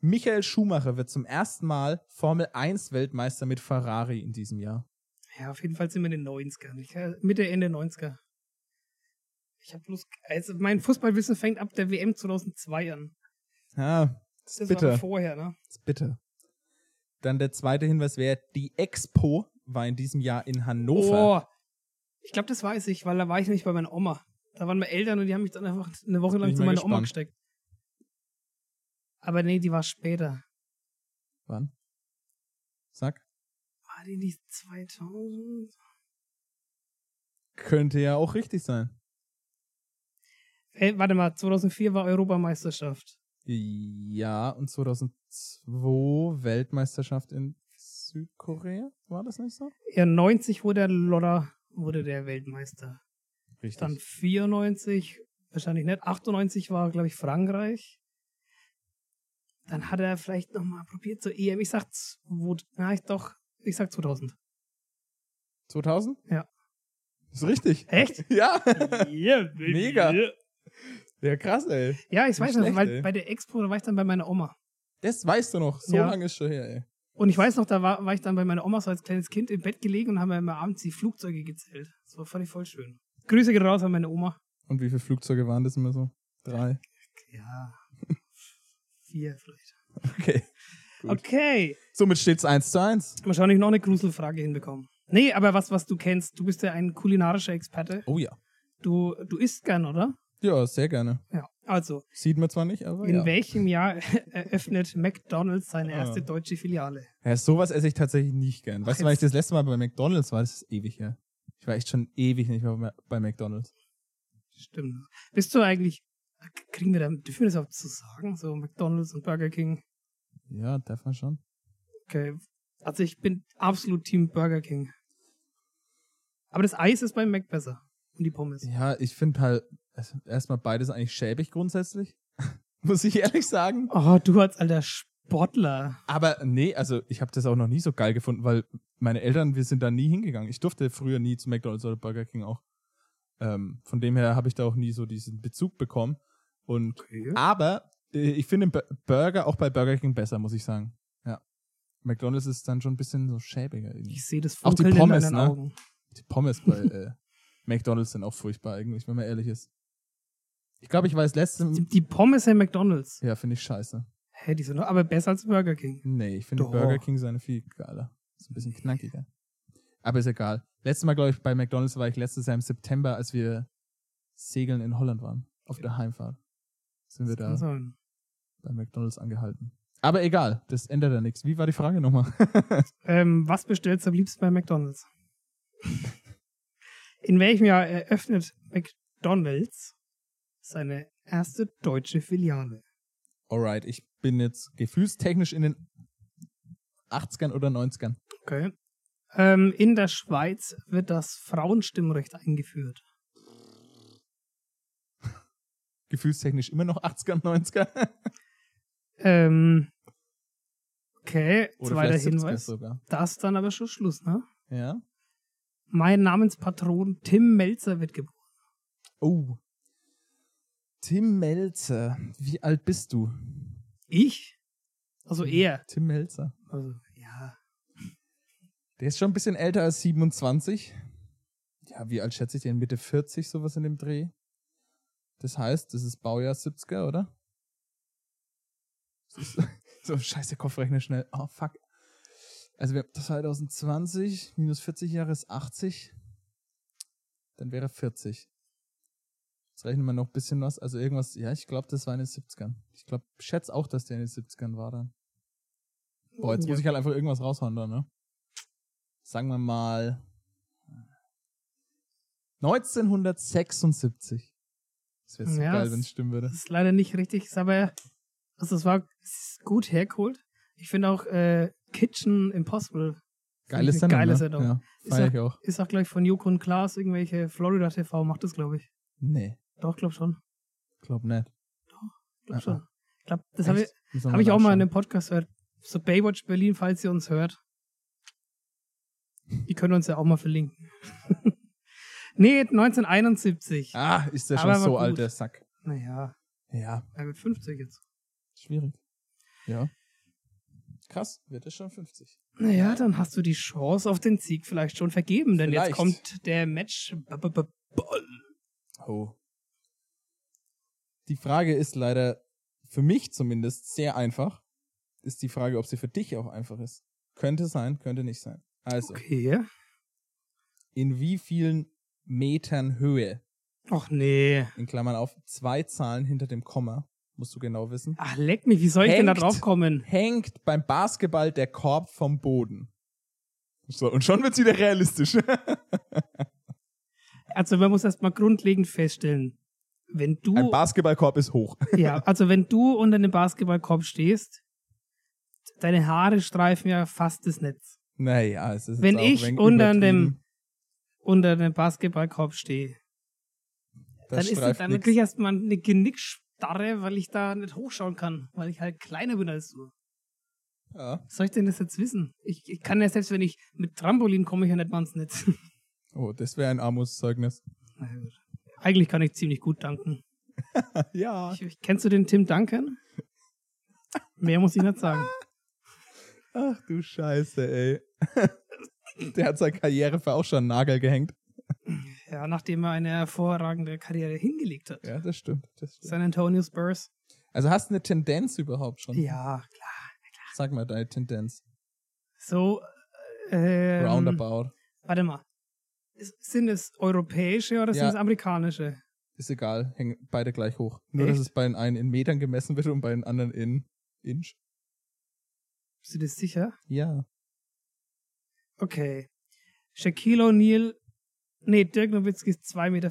Speaker 2: Michael Schumacher wird zum ersten Mal Formel 1 Weltmeister mit Ferrari in diesem Jahr.
Speaker 1: Ja, auf jeden Fall sind wir in den 90ern. Ich, äh, Mitte, Ende 90er. Ich habe bloß. Also mein Fußballwissen fängt ab der WM 2002 an.
Speaker 2: Ja, das ist
Speaker 1: Das war
Speaker 2: bitter.
Speaker 1: vorher, ne?
Speaker 2: Das ist bitter. Dann der zweite Hinweis wäre, die Expo war in diesem Jahr in
Speaker 1: Oh.
Speaker 2: Hannover.
Speaker 1: Ich glaube, das weiß ich, weil da war ich nämlich bei meiner Oma. Da waren meine Eltern und die haben mich dann einfach eine Woche
Speaker 2: Bin
Speaker 1: lang
Speaker 2: ich
Speaker 1: zu
Speaker 2: mal
Speaker 1: meiner Oma
Speaker 2: gespannt.
Speaker 1: gesteckt. Aber nee, die war später.
Speaker 2: Wann? Sag.
Speaker 1: War die nicht 2000?
Speaker 2: Könnte ja auch richtig sein.
Speaker 1: Hey, warte mal, 2004 war Europameisterschaft.
Speaker 2: Ja, und 2002 Weltmeisterschaft in Südkorea, war das nicht so?
Speaker 1: Ja, 90 wurde der Lodder, wurde der Weltmeister.
Speaker 2: Richtig.
Speaker 1: Dann 94, wahrscheinlich nicht. 98 war, glaube ich, Frankreich. Dann hat er vielleicht nochmal probiert zur EM. Ich sag, wo, na, ich doch, ich sag 2000.
Speaker 2: 2000?
Speaker 1: Ja.
Speaker 2: Ist richtig. <laughs>
Speaker 1: Echt?
Speaker 2: Ja.
Speaker 1: yeah,
Speaker 2: Mega. Ja, krass, ey.
Speaker 1: Ja, ich
Speaker 2: Nicht
Speaker 1: weiß noch,
Speaker 2: schlecht,
Speaker 1: weil
Speaker 2: ey.
Speaker 1: bei der Expo, da war ich dann bei meiner Oma.
Speaker 2: Das weißt du noch. So
Speaker 1: Ja.
Speaker 2: lange ist schon her, ey.
Speaker 1: Und ich weiß noch, da war, war ich dann bei meiner Oma so als kleines Kind im Bett gelegen und haben wir immer abends die Flugzeuge gezählt. Das war fand ich voll schön. Grüße gehen raus an meine Oma.
Speaker 2: Und wie viele Flugzeuge waren das immer so? Drei.
Speaker 1: Ja. Vier vielleicht.
Speaker 2: <laughs> Okay. Gut.
Speaker 1: Okay.
Speaker 2: Somit steht's 1 zu 1.
Speaker 1: Wahrscheinlich noch eine Gruselfrage hinbekommen. Nee, aber was, was du kennst. Du bist ja ein kulinarischer Experte.
Speaker 2: Oh ja.
Speaker 1: Du, du isst gern, oder?
Speaker 2: Ja, sehr gerne.
Speaker 1: Ja. Also,
Speaker 2: Sieht man zwar nicht, aber
Speaker 1: in
Speaker 2: Oh ja.
Speaker 1: welchem Jahr <laughs> eröffnet McDonalds seine erste
Speaker 2: Ah.
Speaker 1: deutsche Filiale?
Speaker 2: ja. Sowas esse ich tatsächlich nicht gern. Weißt
Speaker 1: Ach,
Speaker 2: du, weil ich
Speaker 1: jetzt.
Speaker 2: das letzte Mal bei McDonalds war, das ist ewig her. Ich war echt schon ewig nicht mehr bei McDonalds.
Speaker 1: Stimmt. Bist du eigentlich, kriegen wir da, dürfen wir das auch zu sagen? So McDonalds und Burger King.
Speaker 2: Ja, darf man schon.
Speaker 1: Okay. Also ich bin absolut Team Burger King. Aber das Eis ist beim Mac besser. Und die Pommes.
Speaker 2: Ja, ich finde halt also erstmal beides eigentlich schäbig grundsätzlich. <laughs> Muss ich ehrlich sagen.
Speaker 1: Oh, du als alter Sportler.
Speaker 2: Aber nee, also ich habe das auch noch nie so geil gefunden, weil meine Eltern, wir sind da nie hingegangen. Ich durfte früher nie zu McDonald's oder Burger King auch. Ähm, von dem her habe ich da auch nie so diesen Bezug bekommen. Und
Speaker 1: Okay.
Speaker 2: aber äh, ich finde Bu- Burger auch bei Burger King besser, muss ich sagen. Ja. McDonald's ist dann schon ein bisschen so schäbiger. Irgendwie.
Speaker 1: Ich sehe das
Speaker 2: Auch die
Speaker 1: Funkeln in
Speaker 2: Pommes,
Speaker 1: deinen
Speaker 2: ne?
Speaker 1: Augen.
Speaker 2: Die Pommes bei äh, McDonald's sind auch furchtbar eigentlich, wenn man ehrlich ist. Ich glaube, ich weiß letzte
Speaker 1: Die, die Pommes in McDonalds.
Speaker 2: ja, finde ich scheiße.
Speaker 1: Hä, die sind doch aber besser als Burger King.
Speaker 2: Nee, ich finde
Speaker 1: Doch.
Speaker 2: Burger King seine viel geiler. Ist ein bisschen knackiger. Aber ist egal. Letztes Mal, glaube ich, bei McDonalds war ich letztes Jahr im September, als wir segeln in Holland waren. Auf der Heimfahrt. Sind wir da
Speaker 1: Kann sein.
Speaker 2: bei McDonalds angehalten. Aber egal, das ändert ja nichts. Wie war die Frage nochmal? <laughs>
Speaker 1: Ähm, was bestellst du am liebsten bei McDonalds? <laughs> in welchem Jahr eröffnet McDonalds seine erste deutsche Filiale?
Speaker 2: Alright, ich bin jetzt gefühlstechnisch in den 80ern oder 90ern.
Speaker 1: Okay. Ähm, in der Schweiz wird das Frauenstimmrecht eingeführt.
Speaker 2: Gefühlstechnisch immer noch 80er und 90er.
Speaker 1: Ähm, okay,
Speaker 2: Oder
Speaker 1: zweiter
Speaker 2: vielleicht 70er
Speaker 1: Hinweis.
Speaker 2: sogar.
Speaker 1: Das ist dann aber schon Schluss, ne?
Speaker 2: Ja.
Speaker 1: Mein Namenspatron Tim Melzer wird geboren.
Speaker 2: Oh. Tim Melzer. Wie alt bist du?
Speaker 1: Ich? Also
Speaker 2: Mhm.
Speaker 1: er.
Speaker 2: Tim Melzer.
Speaker 1: Also, ja.
Speaker 2: Der ist schon ein bisschen älter als 27. Ja, wie alt schätze ich den? Mitte 40, sowas in dem Dreh. Das heißt, das ist Baujahr 70er, oder? Das ist, <laughs> so, scheiße, Kopfrechner schnell. Oh, fuck. Also wir 2020 minus 40 Jahre ist 80. Dann wäre er 40. Jetzt rechnen wir noch ein bisschen was. Also irgendwas, ja, ich glaube, das war in den 70ern. Ich glaube, schätze auch, dass der in den 70ern war dann. Boah, jetzt
Speaker 1: ja.
Speaker 2: muss ich halt einfach irgendwas raushauen dann, ne? Sagen wir mal 1976. Das wäre so
Speaker 1: Ja,
Speaker 2: geil,
Speaker 1: das-
Speaker 2: wenn es stimmen würde.
Speaker 1: Das ist leider nicht richtig, ist aber, also es war es ist gut hergeholt. Ich finde auch äh, Kitchen Impossible
Speaker 2: Geile Sendung.
Speaker 1: Geile
Speaker 2: ne?
Speaker 1: Sendung.
Speaker 2: Ja,
Speaker 1: Ist
Speaker 2: feier ich auch.
Speaker 1: ist auch gleich von Joko und Klaas, irgendwelche Florida TV macht das, glaube ich.
Speaker 2: Nee,
Speaker 1: Doch, glaub schon.
Speaker 2: glaub nicht.
Speaker 1: Glaub
Speaker 2: Ah,
Speaker 1: schon.
Speaker 2: ah.
Speaker 1: Glaub, das habe ich,
Speaker 2: Echt? Müssen wir
Speaker 1: Habe ich auch mal in
Speaker 2: nachschauen.
Speaker 1: einem Podcast gehört. So Baywatch Berlin, falls ihr uns hört. Die können uns ja auch mal verlinken. <laughs> nee, 1971.
Speaker 2: Ah, ist der
Speaker 1: Aber war
Speaker 2: schon so
Speaker 1: gut.
Speaker 2: alt, der Sack.
Speaker 1: Naja,
Speaker 2: Ja,
Speaker 1: er wird 50 jetzt.
Speaker 2: schwierig. Ja. Krass, wird er schon 50.
Speaker 1: Naja, dann hast du die Chance auf den Sieg vielleicht schon vergeben, denn
Speaker 2: Vielleicht.
Speaker 1: jetzt kommt der Match. B- b- b- Ball.
Speaker 2: Oh. Die Frage ist leider für mich zumindest sehr einfach. Ist die Frage, ob sie für dich auch einfach ist. Könnte sein, könnte nicht sein. Also,
Speaker 1: Okay.
Speaker 2: in wie vielen Metern Höhe,
Speaker 1: Och nee.
Speaker 2: in Klammern auf, zwei Zahlen hinter dem Komma, musst du genau wissen,
Speaker 1: Ach, leck mich, wie soll ich denn da
Speaker 2: Hängt.
Speaker 1: drauf kommen?
Speaker 2: hängt beim Basketball der Korb vom Boden? So, und schon wird's wieder realistisch.
Speaker 1: Also man muss erstmal grundlegend feststellen, wenn du
Speaker 2: <laughs> Ein Basketballkorb ist hoch.
Speaker 1: <laughs> Ja, also wenn du unter einem Basketballkorb stehst, deine Haare streifen ja fast das Netz.
Speaker 2: Naja, es ist
Speaker 1: Wenn
Speaker 2: jetzt auch ein
Speaker 1: ich
Speaker 2: wenig
Speaker 1: unter dem
Speaker 2: übertrieben.
Speaker 1: unter einem Basketballkorb stehe, dann
Speaker 2: Das
Speaker 1: ist es
Speaker 2: streift
Speaker 1: dann
Speaker 2: nix.
Speaker 1: wirklich erstmal eine Genickstarre, weil ich da nicht hochschauen kann, weil ich halt kleiner bin als du.
Speaker 2: Ja.
Speaker 1: Was soll ich denn das jetzt wissen? Ich, ich kann ja selbst, wenn ich mit Trampolin komme, ich ja nicht mal ins Netz.
Speaker 2: Oh, das wäre ein Armutszeugnis.
Speaker 1: <laughs>
Speaker 2: <laughs>
Speaker 1: Eigentlich kann ich ziemlich gut danken.
Speaker 2: Ja.
Speaker 1: Ich, ich, kennst du den Tim Duncan? Mehr muss ich nicht sagen.
Speaker 2: Ach du Scheiße, ey. <laughs> Der hat seine Karriere für auch schon einen Nagel gehängt.
Speaker 1: Ja, nachdem er eine hervorragende Karriere hingelegt hat.
Speaker 2: Ja, das stimmt. Das stimmt.
Speaker 1: San Antonio Spurs.
Speaker 2: Also hast du eine Tendenz überhaupt schon?
Speaker 1: Ja, klar.
Speaker 2: Sag mal deine Tendenz.
Speaker 1: So, ähm,
Speaker 2: Roundabout.
Speaker 1: Warte mal. Ist- Sind es europäische oder sind
Speaker 2: Ja.
Speaker 1: es amerikanische?
Speaker 2: Ist egal, hängen beide gleich hoch. Nur,
Speaker 1: Echt?
Speaker 2: dass es bei den einen in Metern gemessen wird und bei den anderen in Inch.
Speaker 1: Bist du dir sicher?
Speaker 2: Ja.
Speaker 1: Okay. Shaquille O'Neal, nee, Dirk Nowitzki ist 2,14 Meter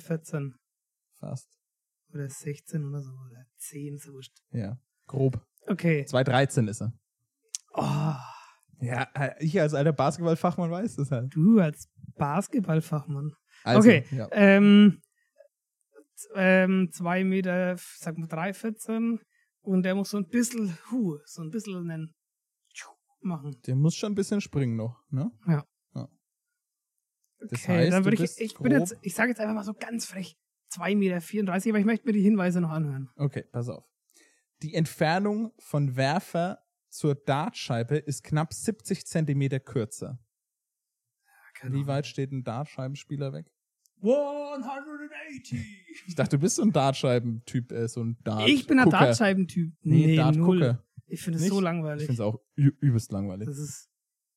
Speaker 2: Fast.
Speaker 1: oder 16 oder so oder 10, so wurscht.
Speaker 2: Ja. Grob.
Speaker 1: Okay.
Speaker 2: 2,13 ist er.
Speaker 1: Oh,
Speaker 2: Ja, äh, ich als alter Basketballfachmann weiß das halt.
Speaker 1: du als Basketballfachmann.
Speaker 2: Also,
Speaker 1: okay.
Speaker 2: Ja.
Speaker 1: Ähm, z- ähm, 2 Meter, sag mal 3,14 und der muss so ein bisschen, hu, so ein bisschen einen tschu machen.
Speaker 2: Der muss schon ein bisschen springen noch, ne? Das
Speaker 1: Okay,
Speaker 2: heißt,
Speaker 1: dann
Speaker 2: du
Speaker 1: würde ich,
Speaker 2: bist
Speaker 1: ich bin
Speaker 2: grob-
Speaker 1: jetzt, ich sage jetzt einfach mal so ganz frech, 2,34 Meter, aber ich möchte mir die Hinweise noch anhören.
Speaker 2: Okay, pass auf. Die Entfernung von Werfer zur Dartscheibe ist knapp 70 Zentimeter kürzer.
Speaker 1: Genau.
Speaker 2: Wie weit steht ein Dartscheibenspieler weg?
Speaker 1: 180!
Speaker 2: Ich dachte, du bist so ein Dartscheibentyp, äh, so ein Dart.
Speaker 1: Ich bin ein
Speaker 2: Gucker.
Speaker 1: Dartscheibentyp.
Speaker 2: Nee,
Speaker 1: Nee, null.
Speaker 2: Dartgucker.
Speaker 1: Ich finde es
Speaker 2: Nicht?
Speaker 1: so
Speaker 2: Ich
Speaker 1: langweilig.
Speaker 2: finde es auch ü- übelst langweilig.
Speaker 1: Das ist,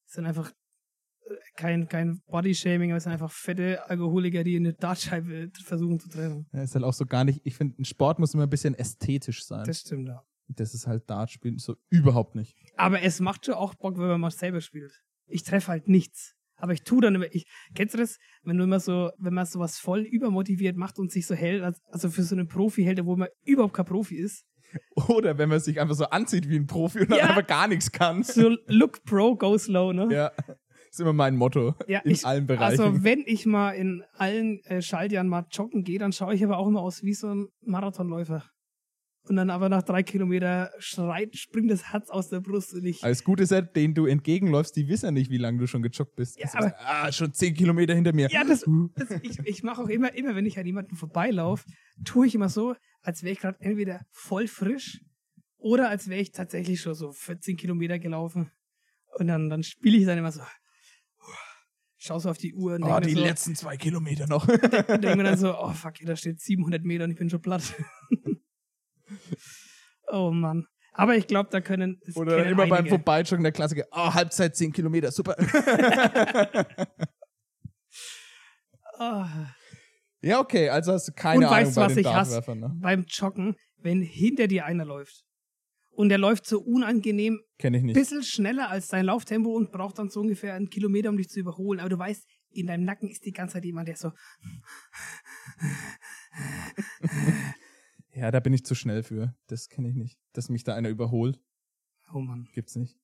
Speaker 1: das sind einfach äh, kein, kein Bodyshaming, aber es sind einfach fette Alkoholiker, die eine Dartscheibe t- versuchen zu treffen.
Speaker 2: Ja, ist halt auch so gar nicht. Ich finde, ein Sport muss immer ein bisschen ästhetisch sein.
Speaker 1: Das
Speaker 2: Das,
Speaker 1: stimmt ja.
Speaker 2: ist halt Dartspielen so überhaupt nicht.
Speaker 1: Aber es macht schon auch Bock, wenn man mal selber spielt. Ich treffe halt nichts. Aber ich tue dann immer, ich, kennst du das, wenn du immer so, wenn man sowas voll übermotiviert macht und sich so hält, als- also für so einen Profi hält, obwohl man überhaupt kein Profi ist.
Speaker 2: Oder wenn man sich einfach so anzieht wie ein Profi und
Speaker 1: Ja.
Speaker 2: dann einfach gar nichts kann.
Speaker 1: So, look pro, go slow, ne?
Speaker 2: Ja. Ist immer mein Motto.
Speaker 1: Ja,
Speaker 2: in
Speaker 1: ich-
Speaker 2: allen Bereichen.
Speaker 1: Also, wenn ich mal in allen äh, Schaltjahren mal joggen gehe, dann schaue ich aber auch immer aus wie so ein Marathonläufer. Und dann aber nach drei Kilometer schreit, springt das Herz aus der Brust und ich,
Speaker 2: Alles Gute ist ja, den du entgegenläufst, die wissen ja nicht, wie lange du schon gejoggt bist.
Speaker 1: Ja,
Speaker 2: Die sagen, ah, schon 10 Kilometer hinter mir. Oh,
Speaker 1: Ja, das, das ich, ich mache auch immer, immer, wenn ich an jemanden vorbeilaufe, tue ich immer so, als wäre ich gerade entweder voll frisch oder als wäre ich tatsächlich schon so 14 Kilometer gelaufen. Und dann, dann spiele ich dann immer so, schau so auf die Uhr und
Speaker 2: oh,
Speaker 1: denke
Speaker 2: die
Speaker 1: mir,
Speaker 2: letzten zwei Kilometer noch.
Speaker 1: so, denk mir dann so, oh fuck, da steht 700 Meter und ich bin schon platt. <laughs> oh Mann. Aber ich glaube, da können das
Speaker 2: Oder
Speaker 1: kennen
Speaker 2: immer beim
Speaker 1: einige.
Speaker 2: Vorbeijoggen der Klassiker. Oh, Halbzeit 10
Speaker 1: <laughs>
Speaker 2: Kilometer, super.
Speaker 1: Ah.
Speaker 2: ja, okay, also hast du keine
Speaker 1: Und
Speaker 2: Ahnung
Speaker 1: weißt du,
Speaker 2: bei
Speaker 1: was
Speaker 2: den
Speaker 1: ich hasse?
Speaker 2: Dartwerfern. Ne?
Speaker 1: beim Joggen, wenn hinter dir einer läuft. Und der läuft so unangenehm
Speaker 2: Kenne ich nicht.
Speaker 1: bisschen schneller als dein Lauftempo und braucht dann so ungefähr einen Kilometer, um dich zu überholen. Aber du weißt, in deinem Nacken ist die ganze Zeit jemand, der so,
Speaker 2: ja, da bin ich zu schnell für. Das kenne ich nicht. Dass mich da einer überholt,
Speaker 1: oh Mann.
Speaker 2: gibt's nicht.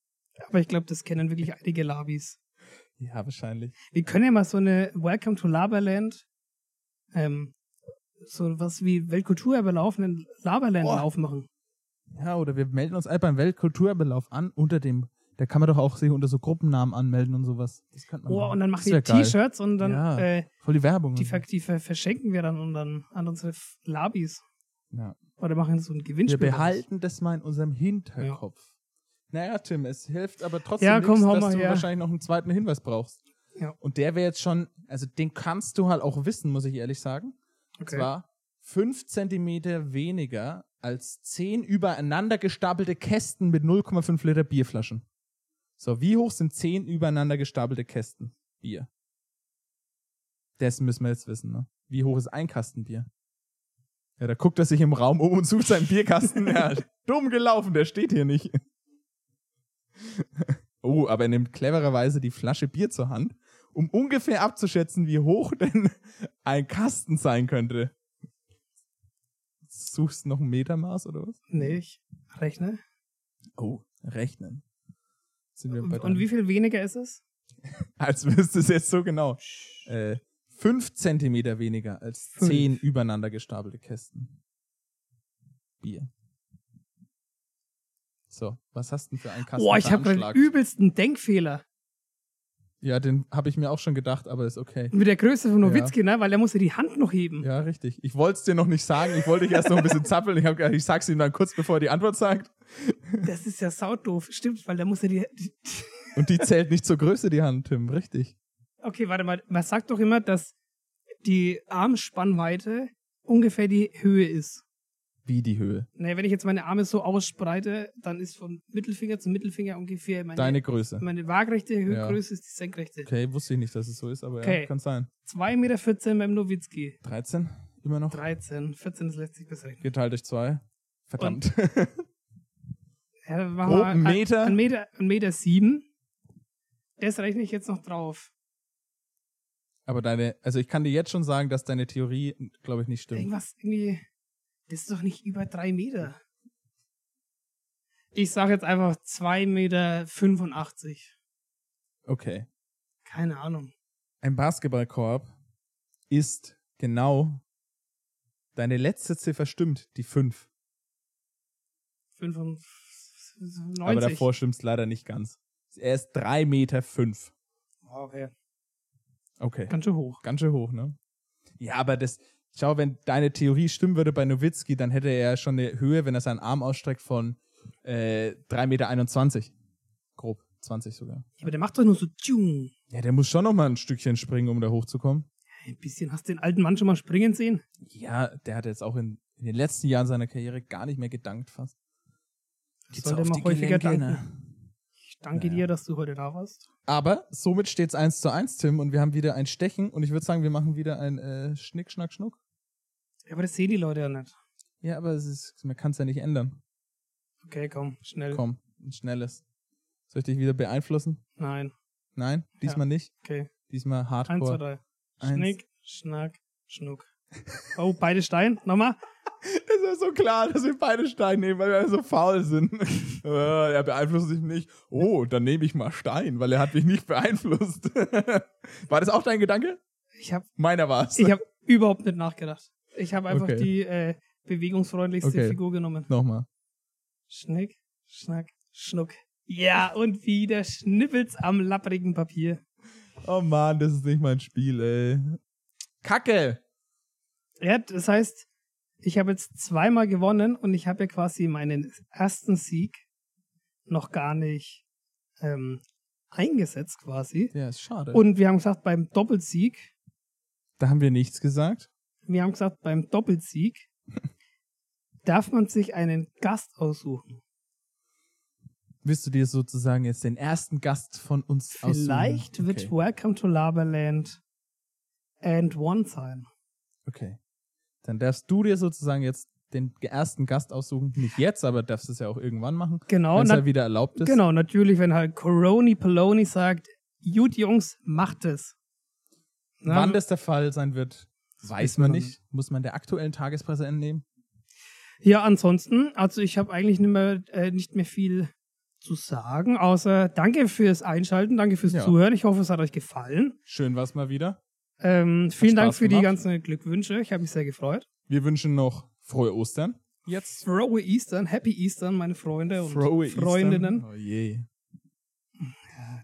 Speaker 1: Aber ich glaube, das kennen wirklich einige Labis.
Speaker 2: Ja, wahrscheinlich.
Speaker 1: Wir können ja mal so eine Welcome to Laberland, ähm, so was wie Weltkulturerbe laufen, einen Laberland-Lauf machen.
Speaker 2: Ja, oder wir melden uns alle beim Weltkulturbelauf an unter dem. Da kann man doch auch sich unter so Gruppennamen anmelden und sowas. Das könnte man
Speaker 1: Oh,
Speaker 2: machen.
Speaker 1: und dann
Speaker 2: Das
Speaker 1: machen wir
Speaker 2: wär geil.
Speaker 1: T-Shirts und dann,
Speaker 2: Ja. Mhm.
Speaker 1: äh,
Speaker 2: Voll die Werbung.
Speaker 1: die,
Speaker 2: und so.
Speaker 1: ver die ver verschenken wir dann und dann an unsere F- Labis.
Speaker 2: ja.
Speaker 1: Oder machen so ein
Speaker 2: Wir
Speaker 1: Gewinnspiel.
Speaker 2: behalten das mal in unserem Hinterkopf. Naja, Tim, es hilft aber trotzdem
Speaker 1: Ja, komm,
Speaker 2: nichts,
Speaker 1: hau
Speaker 2: dass
Speaker 1: mal
Speaker 2: du
Speaker 1: her.
Speaker 2: wahrscheinlich noch einen zweiten Hinweis brauchst.
Speaker 1: Ja.
Speaker 2: Und der wäre jetzt schon, also den kannst du halt auch wissen, muss ich ehrlich sagen. Und
Speaker 1: Okay.
Speaker 2: zwar fünf Zentimeter weniger als zehn übereinander gestapelte Kästen mit 0,5 Liter Bierflaschen. So, wie hoch sind zehn übereinander gestapelte Kästen Bier? Das müssen wir jetzt wissen, ne? Wie hoch ist ein Kasten Bier? Ja, da guckt er sich im Raum um und sucht seinen Bierkasten. ja, dumm gelaufen, der steht hier nicht. <laughs> oh, aber er nimmt clevererweise die Flasche Bier zur Hand, um ungefähr abzuschätzen, wie hoch denn ein Kasten sein könnte. Suchst noch ein Metermaß oder was?
Speaker 1: Nee, ich rechne.
Speaker 2: Oh, rechnen. Sind wir
Speaker 1: Und,
Speaker 2: bei
Speaker 1: und wie viel weniger ist es?
Speaker 2: <laughs> Als wüsste es jetzt so genau. Äh, fünf Zentimeter weniger als
Speaker 1: Fünf.
Speaker 2: zehn übereinander gestapelte Kästen. Bier. So, was hast du denn für einen Kasten?
Speaker 1: Boah, ich habe gerade
Speaker 2: veranschlagt?
Speaker 1: übelsten Denkfehler.
Speaker 2: Ja, den habe ich mir auch schon gedacht, aber ist okay.
Speaker 1: Mit der Größe von Nowitzki, ne? Weil er muss ja die Hand noch heben.
Speaker 2: Ja, richtig. Ich wollte es dir noch nicht sagen. Ich wollte dich erst noch ein bisschen zappeln. Ich, hab, gedacht, ich sag's ihm dann kurz, bevor er die Antwort sagt.
Speaker 1: Das ist ja saudoof. Stimmt, weil der muss ja die, die.
Speaker 2: Und die zählt nicht zur Größe, die Hand, Tim. Richtig.
Speaker 1: Okay, warte mal. Man sagt doch immer, dass die Armspannweite ungefähr die Höhe ist.
Speaker 2: Wie die Höhe.
Speaker 1: Naja, wenn ich jetzt meine Arme so ausspreite, dann ist vom Mittelfinger zum Mittelfinger ungefähr meine,
Speaker 2: Deine Größe.
Speaker 1: meine waagrechte
Speaker 2: Ja.
Speaker 1: Höhegröße ist die senkrechte.
Speaker 2: Okay, wusste ich nicht, dass es so ist, aber ja,
Speaker 1: Okay.
Speaker 2: kann sein.
Speaker 1: 2,14 Meter beim Nowitzki.
Speaker 2: 13? Immer noch?
Speaker 1: 13. 14 ist letztlich berechnet.
Speaker 2: Geteilt durch zwei. Verdammt.
Speaker 1: Ja, dann machen
Speaker 2: Grob
Speaker 1: wir
Speaker 2: einen Oh, Meter.
Speaker 1: Ein Meter, ein Meter sieben. Das rechne ich jetzt noch drauf.
Speaker 2: <laughs> Aber deine, also ich kann dir jetzt schon sagen, dass deine Theorie, glaube ich, nicht stimmt.
Speaker 1: Irgendwas irgendwie. Das ist doch nicht über drei Meter. Ich sage jetzt einfach 2,85 Meter. 85.
Speaker 2: Okay.
Speaker 1: Keine Ahnung.
Speaker 2: Ein Basketballkorb ist genau deine letzte Ziffer stimmt, die fünf.
Speaker 1: 95.
Speaker 2: Aber davor stimmt's leider nicht ganz. Er ist 3,5 Meter. Fünf.
Speaker 1: Oh, okay.
Speaker 2: Okay.
Speaker 1: Ganz schön hoch.
Speaker 2: Ganz schön hoch, ne? Ja, aber das, schau, wenn deine Theorie stimmen würde bei Nowitzki, dann hätte er schon eine Höhe, wenn er seinen Arm ausstreckt, von äh, 3,21 Meter. Grob, 20 sogar.
Speaker 1: Aber der macht doch nur so tschung.
Speaker 2: Ja, der muss schon noch mal ein Stückchen springen, um da hochzukommen.
Speaker 1: Ein bisschen. Hast du den alten Mann schon mal springen sehen?
Speaker 2: Ja, der hat jetzt auch in, in den letzten Jahren seiner Karriere gar nicht mehr gedankt fast. Geht so
Speaker 1: sollte
Speaker 2: auf
Speaker 1: mal
Speaker 2: die
Speaker 1: häufiger
Speaker 2: Gelenke, ne?
Speaker 1: Ich danke
Speaker 2: Ja.
Speaker 1: dir, dass du heute da warst.
Speaker 2: Aber somit steht's eins zu eins, Tim, und wir haben wieder ein Stechen und ich würde sagen, wir machen wieder ein äh, Schnick, Schnack, Schnuck.
Speaker 1: Ja, aber das sehen die Leute ja nicht.
Speaker 2: Ja, aber es ist, man kann's ja nicht ändern.
Speaker 1: Okay, komm, schnell.
Speaker 2: Komm, ein schnelles. Soll ich dich wieder beeinflussen?
Speaker 1: Nein.
Speaker 2: Nein, diesmal nicht.
Speaker 1: Okay.
Speaker 2: Diesmal
Speaker 1: Eins, zwei,
Speaker 2: Hardcore.
Speaker 1: drei.
Speaker 2: Eins.
Speaker 1: Schnick, Schnack, Schnuck. Oh, beide Stein. Nochmal.
Speaker 2: Es ist so klar, dass wir beide Stein nehmen, weil wir so faul sind. <laughs> Äh, er beeinflusst mich nicht. Oh, dann nehme ich mal Stein, weil er hat mich nicht beeinflusst. <laughs> War das auch dein Gedanke?
Speaker 1: Ich habe
Speaker 2: Meiner war's.
Speaker 1: ich hab überhaupt nicht nachgedacht. Ich habe einfach
Speaker 2: Okay.
Speaker 1: die äh, bewegungsfreundlichste
Speaker 2: Okay.
Speaker 1: Figur genommen.
Speaker 2: <laughs> Nochmal.
Speaker 1: Schnick, Schnack, Schnuck. Ja, und wieder schnippelt's am lapprigen Papier.
Speaker 2: Oh Mann, das ist nicht mein Spiel, ey. Kacke!
Speaker 1: Ja, das heißt, ich habe jetzt zweimal gewonnen und ich habe ja quasi meinen ersten Sieg noch gar nicht ähm, eingesetzt quasi.
Speaker 2: Ja, ist schade.
Speaker 1: Und wir haben gesagt, beim Doppelsieg,
Speaker 2: da haben wir nichts gesagt.
Speaker 1: wir haben gesagt, beim
Speaker 2: <laughs>
Speaker 1: Doppelsieg darf man sich einen Gast aussuchen.
Speaker 2: Willst du dir sozusagen jetzt den ersten Gast von uns
Speaker 1: Vielleicht
Speaker 2: aussuchen?
Speaker 1: wird
Speaker 2: okay.
Speaker 1: Welcome to Laberland and One sein.
Speaker 2: Okay. Dann darfst du dir sozusagen jetzt den ersten Gast aussuchen. Nicht jetzt, aber darfst es ja auch irgendwann machen.
Speaker 1: Genau,
Speaker 2: wenn es
Speaker 1: na-
Speaker 2: ja wieder erlaubt ist.
Speaker 1: Genau, natürlich, wenn halt Coroni Poloni sagt, gut Jungs, macht es. Na,
Speaker 2: Wann das der Fall sein wird, weiß
Speaker 1: wissen
Speaker 2: man
Speaker 1: wir noch
Speaker 2: nicht. Muss man der aktuellen Tagespresse entnehmen?
Speaker 1: Ja, ansonsten, also ich habe eigentlich nicht mehr, äh, nicht mehr viel zu sagen, außer danke fürs Einschalten, danke fürs
Speaker 2: Ja.
Speaker 1: Zuhören. Ich hoffe, es hat euch gefallen.
Speaker 2: Schön war's mal wieder.
Speaker 1: Ähm, vielen Dank
Speaker 2: Spaß
Speaker 1: für die
Speaker 2: gemacht.
Speaker 1: ganzen Glückwünsche. Ich habe mich sehr gefreut.
Speaker 2: Wir wünschen noch frohe Ostern. Jetzt.
Speaker 1: Frohe Eastern, Happy Eastern, meine Freunde und
Speaker 2: Eastern.
Speaker 1: Freundinnen.
Speaker 2: Oh je.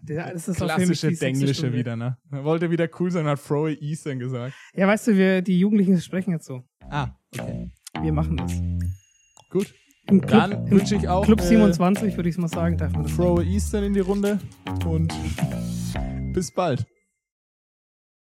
Speaker 1: Der, das ist auf jeden Fall
Speaker 2: Klassische
Speaker 1: die sechste
Speaker 2: Denglische
Speaker 1: Stunde.
Speaker 2: wieder, ne? Er wollte wieder cool sein, hat frohe Eastern gesagt.
Speaker 1: Ja, weißt du, wir, die Jugendlichen sprechen jetzt so.
Speaker 2: Ah, okay.
Speaker 1: Wir machen das.
Speaker 2: Gut.
Speaker 1: Im Club,
Speaker 2: Dann
Speaker 1: im
Speaker 2: wünsche ich auch
Speaker 1: Club
Speaker 2: äh,
Speaker 1: 27 würde ich mal sagen, darf man das
Speaker 2: frohe Eastern in die Runde und bis bald.